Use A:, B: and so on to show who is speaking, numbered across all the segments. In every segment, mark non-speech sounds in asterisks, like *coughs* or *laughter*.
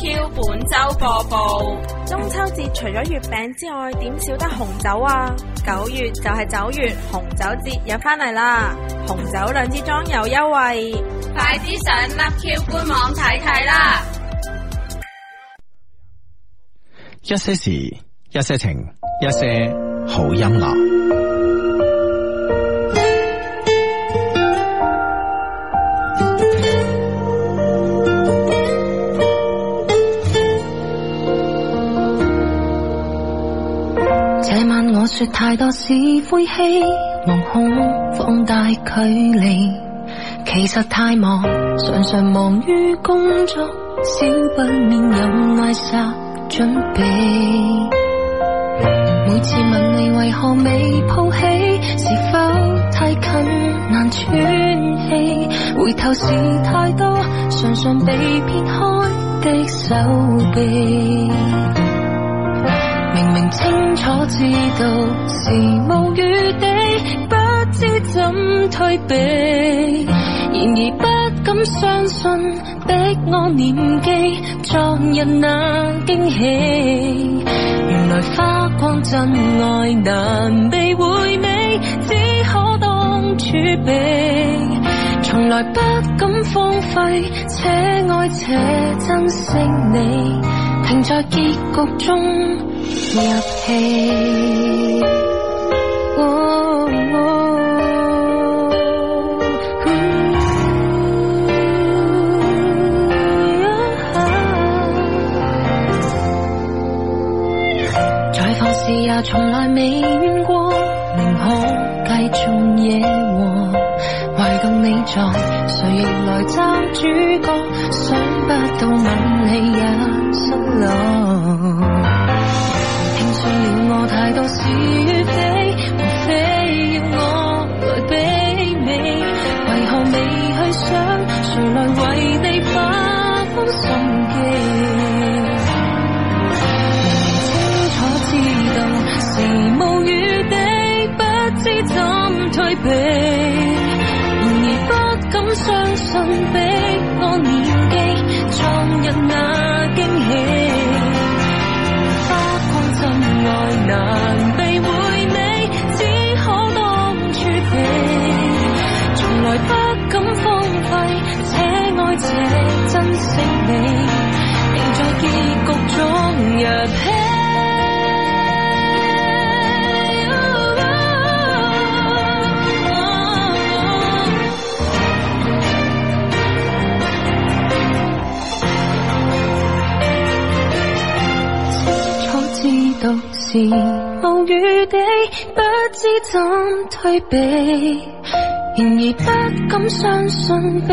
A: Q 本周播報。
B: 中秋節除咗月餅之外，點少得紅酒啊？九月就係九月，紅酒節又返嚟啦！紅酒兩支裝有優惠，
A: 快啲上 Love Q 官網睇睇啦！
C: 一些事，一些情，一些好音樂。
D: 這晚我說太多是非希望恐放大距離。其實太忙，常常忙於工作，少不免有嗌殺準備。每次問你為何未抱起，是否太近難喘氣？回頭事太多，常常被撇開的手臂。明明清楚知道是無餘地，不知怎退避。然而不敢相信，逼我年紀，昨日那驚喜，原來花光真愛難被回味，只可當儲備。從來不敢荒廢，且愛且珍惜你，停在結局中入戲。哦哦嗯再放肆也從來未怨過，寧可繼續惹禍。唯獨你在，誰亦來爭主角，想不到吻你也失落。輕信了我太多是與非，無非要我來卑微。為何未去想，誰來為你花光心機？明明清楚知道是無餘地，不知怎退避。不敢相信，逼我年紀，昨日那驚喜，花光真愛難被回味，只可當儲備。從來不敢荒廢，且愛且珍惜你，仍在結局中入戲。知道是無餘地，不知怎退避。然而不敢相信，逼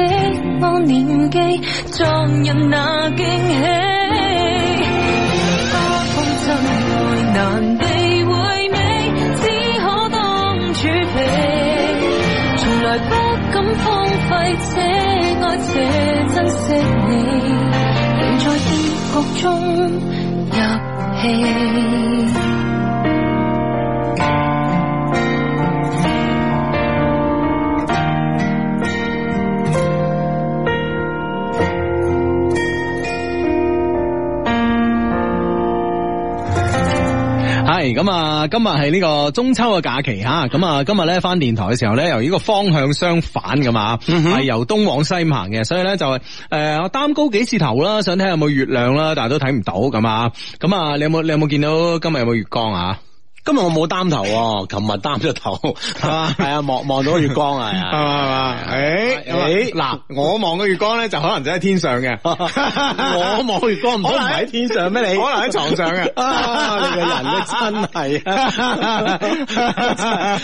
D: 我年紀，昨日那驚喜，花光真愛難被回味，只可當儲備。從來不敢荒廢，且愛且珍惜你，仍在結局中入。嘿，
C: 係咁啊！今日係呢個中秋嘅假期吓，咁啊今日咧翻電台嘅時候咧，由呢個方向相反噶嘛，係、由東往西咁行嘅，所以咧就係誒、我擔高幾次頭啦，想睇下有冇月亮啦，但係都睇唔到咁啊！咁啊，你有冇你有冇見到今日有冇月光啊？
E: 今日我冇擔頭喎，琴日擔咗 *laughs* 頭，係
C: 嘛
E: 啊，望望到月光 *laughs* 啊，係啊
C: 嘛係嘛，誒
E: 誒
C: 嗱，我望嘅月光咧就可能就喺天上嘅，
E: *laughs* 我望月光唔通唔喺天上咩？你 *laughs*
C: 可能喺床上嘅
E: 啊你個人都真係 *laughs* 啊！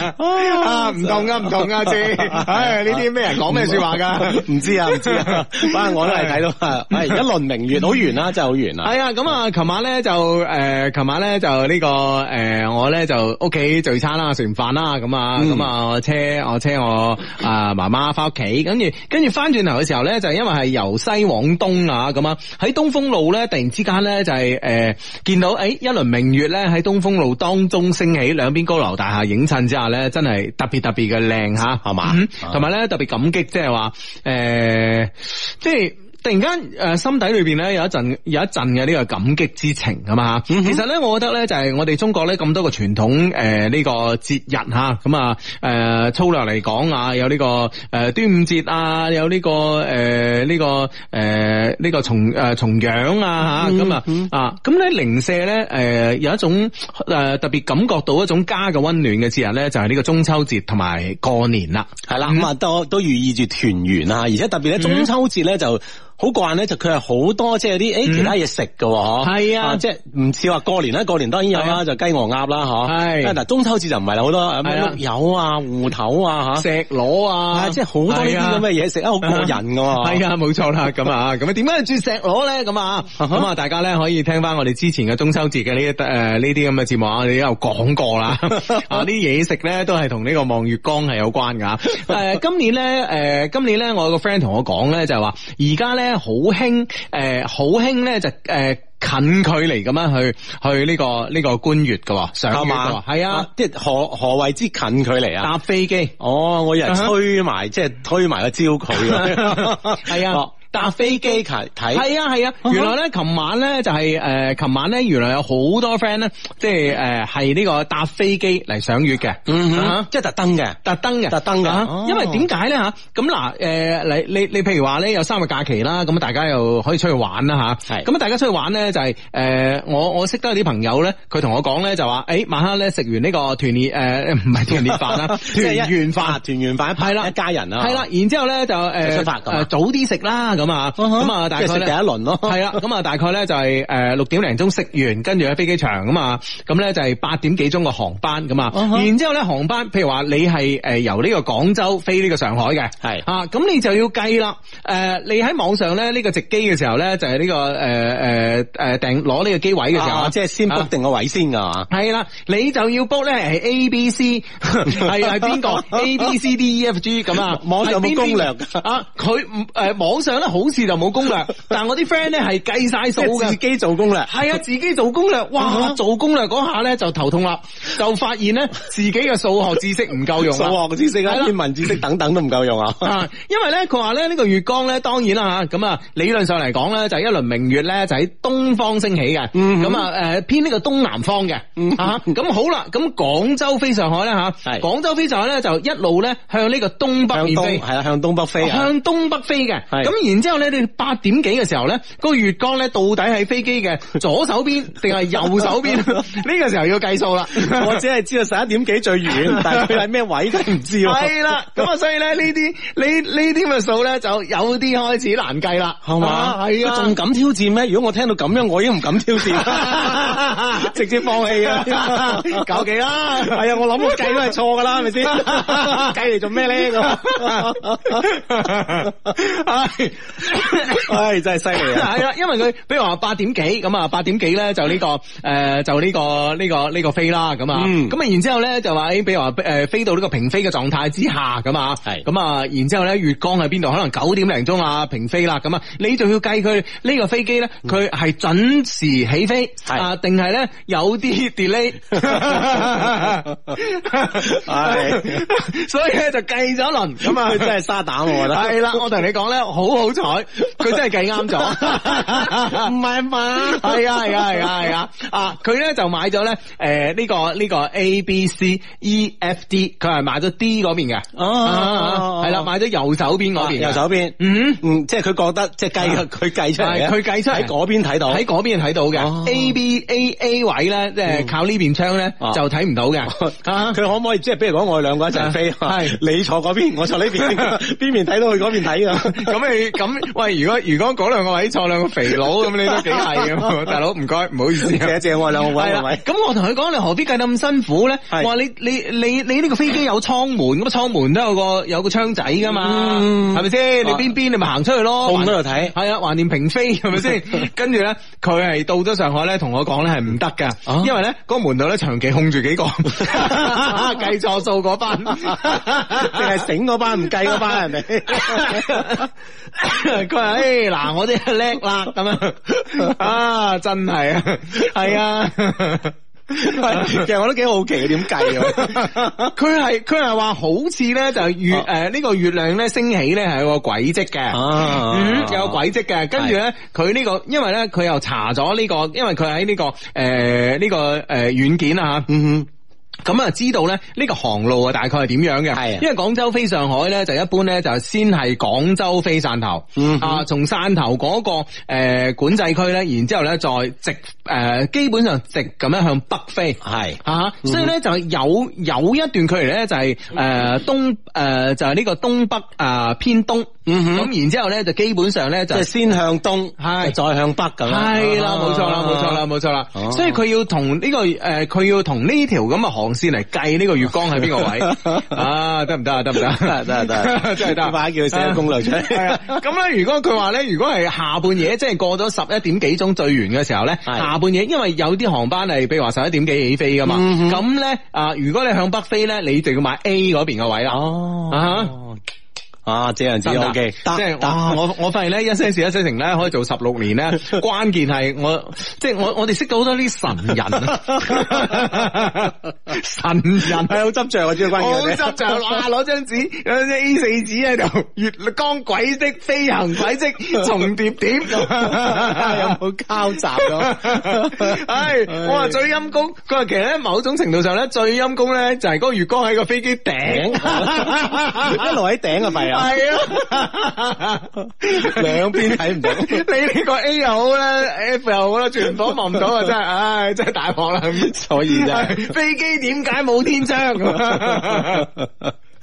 C: 啊，唔同噶，唔同
E: *laughs*
C: 噶，知，唉，呢啲咩人講咩說話噶？
E: 唔知啊，唔知
C: *laughs*
E: 啊，反正我都係睇到啊，係一輪明月，好圓啦，真係好圓啊！
C: 係啊，咁啊，琴晚咧就誒，琴晚咧就呢個誒，我咧就屋企聚餐啦，食完飯啦，咁啊，
E: 嗯
C: 咁啊，我車我車我啊媽媽翻屋企，跟住跟住翻轉頭嘅時候咧，就因為係由西往東啊，咁啊，喺東風路咧，突然之間咧就係誒見到誒一輪明月咧喺東風路當中升起，兩邊高樓大廈影襯之下咧，真係特別特別嘅靚吓，係
E: 嘛
C: 同埋咧特別感激，即係話誒，即係。突然間誒、呃心底裏邊咧有一陣有一陣嘅呢個感激之情啊嘛嚇。其實咧，我覺得咧就係、我哋中國咧咁多個傳統誒呢、個節日嚇，咁啊誒粗略嚟講啊，有呢、個誒、呃端午節啊，有呢、個誒呢、個誒呢、個重誒、呃重陽啊嚇，咁啊啊咁咧零舍咧誒有一種誒、呃特別感覺到一種家嘅温暖嘅節日咧，就係、呢個中秋節同埋過年啦。
E: 系啦，咁啊都都寓意住團圓啊，而且特別
C: 嗯
E: 咧中秋節咧就好慣咧，就佢係好多即係啲诶其他嘢食嘅
C: 嗯
E: 喎，嗬
C: 係啊
E: 即係唔似話過年啦，過年當然有
C: 係啊
E: 啦，就雞鵝鴨啦，嗬，啊
C: 係
E: 但係中秋節就唔係啦，好多呃咩
C: 係啊
E: 碌柚啊、芋頭啊，吓，
C: 石螺啊，
E: 啊，即係好多呢
C: 係啊
E: 啲咁嘅嘢食啊，好過癮噶
C: *laughs*
E: 喎，
C: 系啊，冇錯啦，咁啊，咁啊，点解要轉石螺咧？咁啊，咁啊，大家咧可以聽翻我哋之前嘅中秋節嘅呢诶呢啲咁嘅節目啊，我哋都有講過
E: *laughs*
C: 啦。啊，啲嘢食咧都係同呢個望月光係有關
E: *laughs*
C: 噶。诶，今年咧，诶，今年咧，我有個 friend 同我講咧，就係話而家咧好興诶，好興咧就诶。近距離咁樣去去呢、個呢、個觀月嘅喎，上
E: 係
C: 月
E: 嘛
C: 嘅，喎，係啊，，
E: 即係何何谓之近距離啊？
C: 搭飛機。
E: 哦，我以為
C: 啊哈
E: 推埋即係推埋個
C: *laughs*
E: 招佢，
C: 係啊
E: 哦，搭飛機睇睇，
C: 系啊系啊，
E: 嗯
C: 原來咧，琴晚咧就係呃琴晚咧原來有好多 friend 咧，即係诶系呢個搭飛機嚟賞月嘅，
E: 嗯
C: 啊
E: 哼，即係特登嘅。
C: 特登嘅，
E: 特登㗎
C: 啊
E: 哦
C: 因為點解咧吓？咁嗱，诶、你你你譬如話咧有三個假期啦，咁大家又可以出去玩啦吓。
E: 係
C: 咁啊大家出去玩咧就係呃我我識得有啲朋友咧，佢同我講咧就話，诶、晚黑咧食完呢個團年诶 *laughs* 唔係團年飯啦，
E: *laughs* 即係一
C: 團圓飯
E: 啊。團圓
C: 係
E: 飯係
C: 啦
E: 啦，一家人啊，
C: 係啦，，然之後咧就
E: 就
C: 誒
E: 出發㗎嘛
C: 誒早啲食啦，咁啊，咁啊，大
E: 嗯即係
C: 概
E: 食第一
C: 咧
E: 輪咯， *laughs*
C: 系啦，咁啊大概咧就係诶六點零鐘食完，跟住喺飛機場咁啊，咁咧就係八點幾鐘個航班咁啊
E: 啊哈
C: 然之后咧航班，譬如話你係诶由呢個廣州飛呢個上海嘅，
E: 係
C: 啊，咁你就要計啦，诶你喺網上咧呢個直機嘅時候咧，就係呢個呃诶诶诶订攞呢個機位嘅時候
E: 啊
C: 啊，
E: 即係先 book 定個位先㗎嘛。
C: 系啦，你就要 book 咧係 A B
E: *laughs*
C: C，係係邊個 A B C D E F G 咁
E: *laughs*
C: 啊？
E: 網上冇
C: 係邊邊
E: 攻略
C: 啊？佢唔诶網上咧好似就冇攻
E: *laughs*
C: 略，但系我啲 friend 咧係計晒數
E: 即係
C: 嘅
E: 自。己做攻嗯略，
C: 系啊，自己做攻略，哇！做攻略嗰下咧就頭痛啦，就發現咧自己嘅數學知識唔夠用
E: 數
C: 啦。
E: 學知識
C: 係
E: 啊、
C: 啦
E: 天文知識等等都唔夠用啊。
C: *laughs* 啊，因為咧佢話咧呢個月光咧，當然啦吓，咁啊理論上嚟講咧就係一輪明月咧就喺東方升起嘅，
E: 嗯
C: 咁啊诶偏呢個東南方嘅，啊咁好啦，咁廣州飛上海咧吓，
E: 係
C: 廣州飛上海咧就一路咧向呢個東北
E: 向
C: 面飛哦
E: 東。係啦，向東北飛啊，
C: 向東北飛嘅，
E: 係
C: 咁然之後咧，你八點幾嘅時候咧，個月光咧到底喺飛機嘅左手邊定係右手
E: *laughs*
C: 邊？呢個時候要計數啦。 *laughs*
E: 我只係知道十一點幾最遠，但係佢喺咩位都唔知喎。
C: 系
E: *laughs*
C: 啦，咁啊，所以咧呢啲呢呢啲嘅數咧，就有啲開始難計啦，
E: 係嘛？
C: 系啊，
E: 佢仲敢挑戰咩？如果我聽到咁樣，我已經唔敢挑戰，直接放棄啊！
C: *laughs* 搞幾啦？
E: 係啊，我諗我計都係錯噶啦，係咪先？ *laughs* 計嚟做咩咧？咁啊 *laughs*
C: 係
E: 唉，真係犀 *laughs* 利啊！
C: 係啦，因為佢比如話八點幾咁啊，八點幾咧就呢、
E: *laughs*
C: 個誒、呃就呢、個呢、個呢、個飛啦咁啊，
E: 嗯
C: 咁啊、然之後咧就話誒，比如話誒飛到呢個平飛嘅狀態之下咁啊，
E: 係
C: 咁啊，然之後咧月光喺邊度？可能九點零鐘啊，平飛啦咁啊，你就要計佢呢個飛機咧，
E: 嗯
C: 佢係準時起飛
E: 係
C: 啊，定係咧有
E: *laughs*
C: 啲 delay，*laughs*
E: 係
C: 所以咧就計咗一輪咁啊
E: 佢。 *laughs* 真係沙膽，我覺得。
C: 系啦，我同你講咧，好好彩， *laughs* 佢真係計啱咗， *laughs*
E: 唔係嘛？
C: 系啊系啊系啊系啊！啊，佢咧就買咗咧，诶、呢、個呢、個 A B C E F D，佢係買咗 D 嗰邊嘅，
E: 哦
C: 啊係啦，買咗右手邊嗰邊嘅，
E: 右手邊，
C: 嗯
E: 嗯，即係佢覺得即係計
C: 啊
E: 佢計出嚟嘅，
C: 係佢計出嚟
E: 喺嗰邊睇到，
C: 喺嗰邊睇到嘅、
E: 哦
C: A B A A 位咧，即係靠呢邊窗咧、
E: 啊
C: 就睇唔到嘅，啊
E: 佢可唔可以即係比如講我哋兩個一齊飛，
C: 係
E: 你坐嗰邊，我坐呢邊，
C: *laughs*
E: 邊邊睇到佢嗰邊睇㗎。
C: 咁你咁喂，如果如果嗰兩個位坐兩個肥佬，咁你都幾係咁，啊 *laughs* 大佬唔該，唔好意思啊
E: 借一借我哋兩個位
C: 係
E: 係
C: 啦
E: 咪，？
C: 咁我同佢講，你何必計得咁辛苦咧？我
E: 係
C: 話你你你你呢個飛機有艙門，咁艙門都有個有個窗仔噶嘛，
E: 嗯
C: 係咪先？你
E: 啊
C: 邊邊你咪行出去咯，
E: 控嗰
C: *laughs*
E: 度睇
C: 係啊，橫掂平飛係
E: *laughs*
C: 咪先？跟住咧，佢係到咗上海咧，同我講咧係唔得噶，
E: 啊
C: 因為咧嗰個門度咧長期控住幾個，
E: *laughs*
C: *laughs* 計錯數嗰班，
E: 定係醒嗰班唔計嗰班人哋？
C: 佢
E: *laughs*
C: 話：，诶，嗱，我
E: *laughs*
C: 啲叻啦，咁樣啊，真係啊，係啊。
E: 其實我都幾好奇佢點計啊！
C: 佢係佢係話好似咧就月
E: 啊
C: 誒呢個月亮咧升起咧係有個軌跡嘅。 *laughs*
E: 哦
C: 嗯，
E: 啊
C: 有軌跡嘅，跟住咧，佢呢、個，因為咧，佢又查咗呢、個，因為佢喺呢個呃誒呢、個誒軟、件啊嚇。
E: 嗯
C: 咁啊，知道咧呢個航路啊，大概係點樣嘅？
E: 係啊
C: 因為廣州飛上海咧，就一般咧就先係廣州飛汕頭，
E: 嗯哼
C: 啊，從汕頭嗰、個呃管制區咧，然之後咧再直誒、呃基本上直咁樣向北飛。
E: 嗯哼，係
C: 啊，所以咧就有有一段距離咧就係、誒、東誒、呃就係、呢個東北啊、呃偏東，咁、然之後咧就基本上咧
E: 嗯即啊
C: 就
E: 係先向東，
C: 係
E: 再向北咁樣。
C: 係啦，冇錯啦，冇錯啦，冇錯啦。
E: 哦
C: 所以佢要同呢、個誒，呃佢、要同呢條咁嘅航線嚟計呢個月光喺邊
E: *laughs*
C: 個位啊？得唔得啊？得唔得？
E: 得得
C: *laughs*
E: 得
C: 真係得。
E: 快啲叫佢寫個攻略出嚟
C: *laughs* 係啊咁咧，如果佢話咧，如果係下半夜，即係過咗十一點幾鐘最完嘅時候咧，
E: 係
C: 下半夜，因為有啲航班係，譬如話十一點幾起飛噶嘛，
E: 嗯哼
C: 咁咧啊，如果你向北飛咧，你就要買 A 嗰邊嘅位啦。
E: 哦
C: 啊哈
E: 啊，這樣子
C: 得唔得
E: OK，
C: 即係 *laughs* 哇！我我發現咧，一些事一些情咧，可以做十六年 *laughs* 咧，關鍵係我即係我我哋識到好多啲神人啊， *laughs* 神人
E: 係好執着啊，主要關
C: 好
E: 鍵係
C: 執着，哇！攞張紙，有張 A 四紙喺度，月光軌跡、飛行軌 *laughs* 跡、重疊點，
E: 有冇交集
C: *laughs*
E: 咯？
C: 啊唉，我話最陰公，佢話其實咧某種程度上咧最陰公咧就係嗰個月光喺個飛機 *laughs* 頂，
E: *laughs* 一路喺頂啊，弊啊，
C: 係
E: *laughs*
C: 啊，
E: 兩邊睇唔到。
C: *laughs* 你呢個 A 又好啦，F 又好啦，全房望唔到啊！
E: *laughs*
C: 真係，唉，真係大鑊啦！咁
E: 所以真係
C: 飛機點解冇天窗？
E: 唔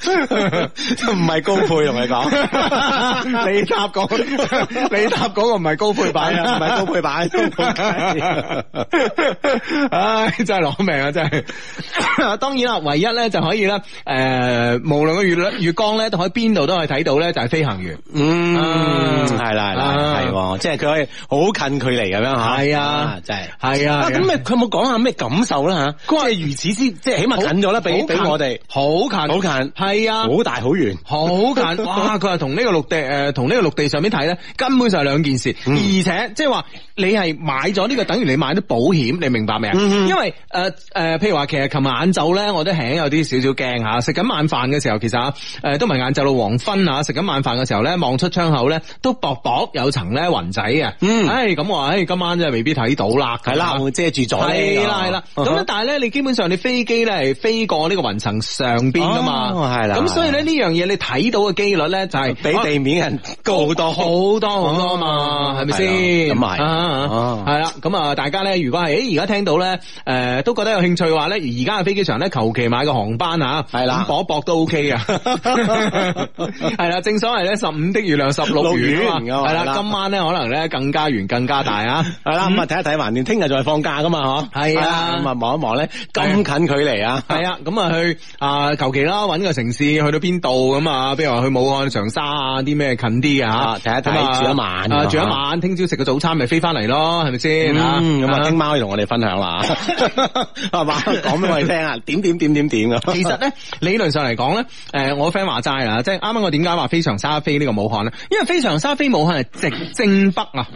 E: 係高配同 *laughs* 你講，
C: *laughs* 你搭嗰、 *laughs* 你搭嗰個唔係高配版
E: 係啊，唔係高
C: 配。
E: 配版，高配版
C: *laughs* 唉，真係攞命啊！真
E: *laughs*
C: 係，當然啦，唯一咧就可以啦，诶、無論個月亮月光咧，都可以邊度都可以睇到咧，就係飛行員。
E: 嗯，係啦係啦
C: 啊
E: 係喎，即係佢可以好近距離咁樣吓，
C: 係啊
E: 真
C: *laughs*
E: 係。
C: 係
E: 啊，
C: 啊，
E: 咁咪佢有冇講下咩感受啦吓？即係如此之，即係起碼啊近咗啦，比
C: 好
E: 比
C: 近
E: 我哋
C: 好近，
E: 好近
C: 係啊，
E: 好大好遠。
C: 好
E: *laughs*
C: 近，哇！佢話同呢個陸地誒，呃同呢個陸地上面睇咧，根本上係兩件事，
E: 嗯
C: 而且即係話你係買咗呢、個，等於你買咗保險，你明白未啊？
E: 嗯
C: 因為誒誒、呃譬如話其實琴日晏晝咧，我都輕有啲少少驚嚇，食緊晚飯嘅時候，其實啊誒都唔係晏晝到黃昏啊，食緊晚飯嘅時候咧，望出窗口咧都薄薄有層咧雲仔嘅，
E: 嗯
C: 唉咁我話唉今晚真係未必睇到啦，
E: 係啦，會唔會遮住咗嗯咧
C: 係啊啦係
E: *laughs*
C: 啦，咁咧但係咧，你基本上你飛機咧係飛過呢個雲層上邊噶嘛，
E: 哦係啦
C: 咁所以咧呢樣嘢你睇到嘅機率咧就係啊
E: 比地面人高好
C: *laughs*
E: 多，
C: 好多好多嘛，係咪先？
E: 係啦咁係
C: 啊
E: 哦
C: 啊係啦，咁啊，大家咧，如果係誒而家聽到咧，誒都覺得有興趣嘅話咧，而家嘅飛機場咧，求其買個航班啊嚇，
E: 係
C: 咁
E: 啦
C: 搏一搏都 OK 嘅，
E: *laughs*
C: 係啦，正所謂咧，十五的月亮十六圓啊嘛，
E: 六圓啊
C: 係
E: 嘛係啦
C: 啦，今晚咧可能咧更加圓更加大啊！
E: 係啦，咁啊睇一睇橫掂，聽日就係放假噶嘛，嗬，
C: 係啊
E: 咁啊望一望咧，咁近距離啊，
C: *laughs* 系啊，咁啊去啊求其啦，揾個城市去到邊度咁啊，比如話去武漢、長沙啊，啲咩近啲嘅
E: 啊
C: 吓，
E: 睇一睇
C: 咁啊
E: 住一晚
C: 啊住一晚，聽朝食個早餐咪飛翻嚟咯，係咪先吓？
E: 嗯咁啊，
C: 啊
E: 聽晚可以同我哋分享啦，
C: *laughs*
E: 係嘛，講俾我哋聽啊，點點點點點咁。
C: 其實咧，理論上嚟講咧，诶、我 friend 話齋啦，即係啱啱我點解話飛長沙飛呢個武漢咧？因為飛長沙飛武漢係直正北啊，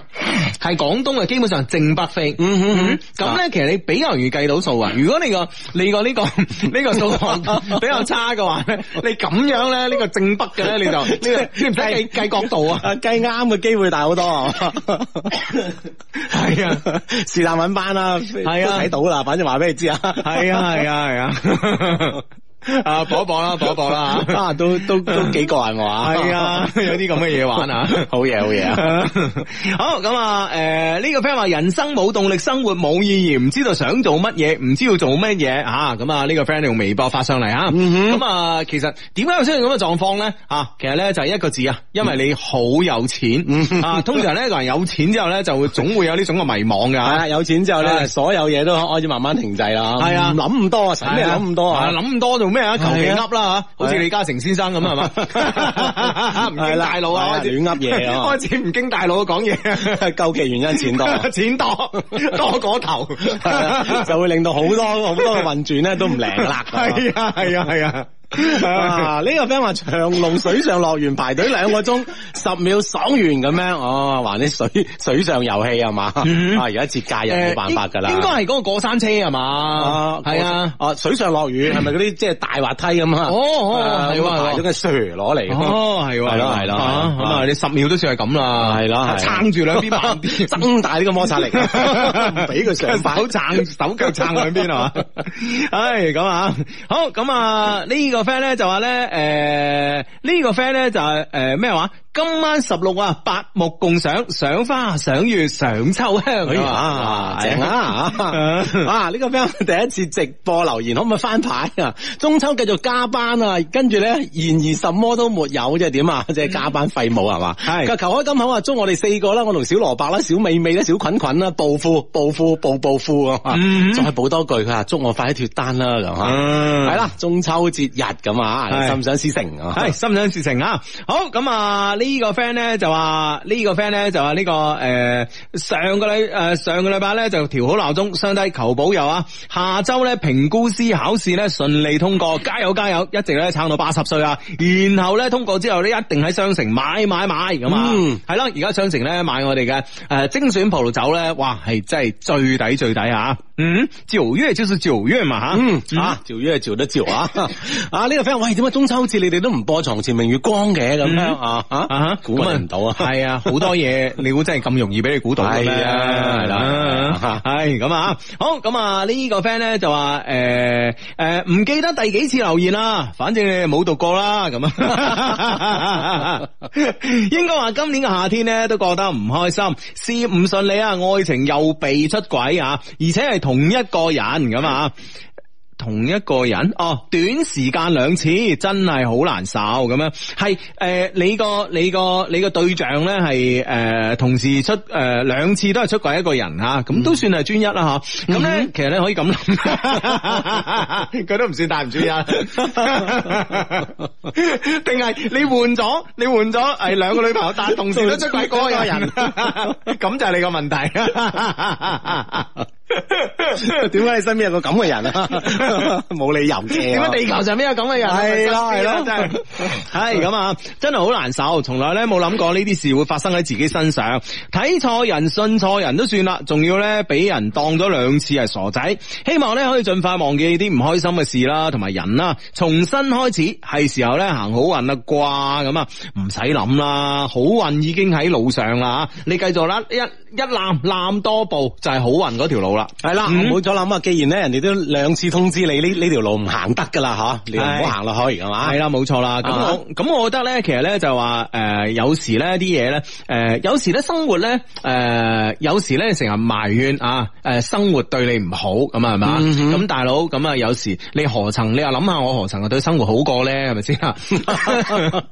C: 係廣東嘅基本上正北飛。
E: *laughs* 嗯哼嗯
C: 咁咧，其實你比較容易計到數啊。如果你個你個呢、 *laughs* 個呢個數 *laughs* 學比較差嘅話咧，你咁樣咧，呢、個正北嘅咧，你就呢、個你唔 *laughs* 使計計角度啊。
E: 啊，計啱嘅機會大好多，
C: *laughs*
E: 係
C: 係
E: 嘛
C: 啊，
E: 是但揾班啦，
C: 係啊
E: 都睇到啦，反正話俾你知啊，
C: 係啊，係啊， *laughs* 係啊，啊搏一搏啦，搏一搏啦。
E: 啊，都都都幾過癮話，
C: 係啊， *laughs* 有啲咁嘅嘢玩啊。
E: 哎 *laughs* 好嘢好嘢啊，
C: *laughs* 好咁啊，诶、呢、個 friend 話人生冇動力，生活冇意義，唔知道想做乜嘢，唔知道做乜嘢啊！咁啊，呢、個 friend 用微博發上嚟啊，
E: 嗯
C: 咁啊、其實點解會出現咁嘅狀況咧？啊，其實咧就係一個字啊，因為你好有錢、
E: 嗯
C: 啊。通常咧，一個人有錢之後咧，就會總會有呢種嘅迷茫
E: *laughs* 係啊，
C: 噶。
E: 有錢之後咧，
C: 係
E: 所有嘢都開始慢慢停滯啦，
C: 係啊
E: 唔諗咁多啊，使咩諗咁多啊？
C: 諗咁多做咩啊？求其
E: 係啊
C: 噏啦吓，好似李嘉誠先生咁係
E: *laughs*
C: 嘛？ *laughs* 唔經大腦啊，
E: 係啦係啦
C: 開始
E: 亂噏嘢啊
C: *laughs*
E: 哦
C: 開始唔經大腦講嘢。
E: *laughs* 究其原因錢多，
C: *laughs* 錢多
E: *laughs*
C: 多過頭，*laughs*
E: 啊係啊就會令到好多好多嘅運轉咧都唔靈啦，
C: 係啊係啊係啊。
E: 啊，呢個 friend 話長隆水上樂園排隊兩個鐘，十秒爽完咁樣，哦，玩啲水 *laughs* 水上遊戲係嘛？
C: 嗯
E: 啊，而家節假日冇辦法㗎啦。
C: 應該係嗰個過山車係嘛？係啊。，
E: 哦，水上樂園係咪嗰啲即係大滑梯咁啊？
C: 哦哦
E: 啊
C: 係喎
E: 咁啊
C: 係喎
E: 排咗個 Sir 攞嚟，
C: 哦，係喎，
E: 係咯係咯
C: 啊咁
E: 係
C: 啊，
E: 咯
C: 你十秒都算係咁啦，
E: 係啦係啦
C: 撐住兩邊慢
E: *laughs*
C: 啲，
E: 增大呢個摩擦力， *laughs* 唔俾佢上快
C: 手。撐
E: *laughs*
C: 手腳撐兩邊係
E: 啊
C: 嘛？ *laughs* 唉，咁啊，好咁啊，呢個 friend 咧就話咧，诶，呢個 friend 咧就係诶咩話？今晚十六啊，八目共賞，賞花、賞月、賞秋香。
E: 哎呀，正啊！啊，呢個 friend *laughs* 第一次直播留言，可唔可以翻牌啊？中秋繼續加班啊，跟住咧，然而什麼都沒有，即係點啊？即係加班廢務係嘛？
C: 嗯係
E: 佢求開金口啊，祝我哋四個啦，我同小蘿蔔啦、小美美啦、小菌菌啦，暴富暴富暴暴富啊！
C: 嗯
E: 再補多句，佢話祝我快啲脱單啦咁啊！
C: 嗯
E: 係啦，中秋節日咁啊，
C: 係
E: 心想事成啊！
C: 系心想事成啊！好咁啊，呢個 friend 咧就話呢個 friend 咧就話呢個诶上個禮诶上個禮拜咧就調好鬧鐘，相低求保佑啊！下周咧評估師考試咧順利通過，加油加油！一直咧撐到八十歲啊！然後咧通過之後咧一定喺商城買買買咁啊！
E: 嗯
C: 係啦，而家商城咧買我哋嘅诶精選葡萄酒咧，哇係真係最抵最抵啊！嗯，九月就是九月嘛吓，
E: 嗯，啊，趙月趙得趙啊， *laughs* 啊呢個 friend 喂，點解中秋節你哋都唔播《床前明月光》嘅咁樣啊？
C: 啊
E: 啊
C: 哈，
E: 估唔到啊！
C: 系啊，好多嘢你估真係咁容易俾你估到嘅咩
E: 係啊係啦
C: 係咁啊，好咁啊呢個 friend 咧就話诶诶唔記得第幾次留言啦，反正你哋冇讀過啦咁啊， *laughs* 應該話今年嘅夏天咧都過得唔開心，事唔順利啊，愛情又被出軌啊，而且係同一個人咁啊。同一個人哦，短時間兩次真係好難受咁樣。係诶、呃你個你個你個對象咧係诶同時出诶两、兩次都係出軌一個人吓，咁、都算係專一啦吓。咁咧、其實咧可以咁 *laughs* 諗，佢都唔算太唔專一，定係你換咗你換咗係兩個女朋友，但係同時都出軌嗰個人，咁就係你個問 *laughs* 題。
E: 點解你身邊有個咁嘅人
C: *laughs*
E: 啊？冇理由嘅。
C: 点解地球上边有咁嘅人？
E: 係咯啊係
C: *laughs*
E: 咯
C: 真系系咁啊！真系好难受，從來咧冇諗過呢啲事會發生喺自己身上，睇錯人、信錯人都算啦，仲要咧俾人當咗兩次係傻仔。希望咧可以盡快忘記啲唔開心嘅事啦，同埋人啦，重新開始，係時候咧行好運啦啩咁啊！唔使諗啦，好運已經喺路上啦，你繼續啦，一一攬攬多步就係好運嗰條路啦。
E: 係啦，
C: 嗯
E: 冇咗諗啊！既然咧人哋都兩次通知你呢呢條路唔行得㗎啦，吓，你唔好行落去係嘛？
C: 系啦，冇錯啦。咁
E: 啊
C: 我咁我覺得咧，其實咧就話诶、呃有時咧啲嘢咧，诶、有時咧生活咧，诶、有時咧成日埋怨啊，诶、生活對你唔好咁啊，係嘛？
E: 嗯哼
C: 咁、大佬咁啊，有時你何曾你又諗下我何曾啊對生活好過咧，係咪先
E: *laughs*
C: 啊？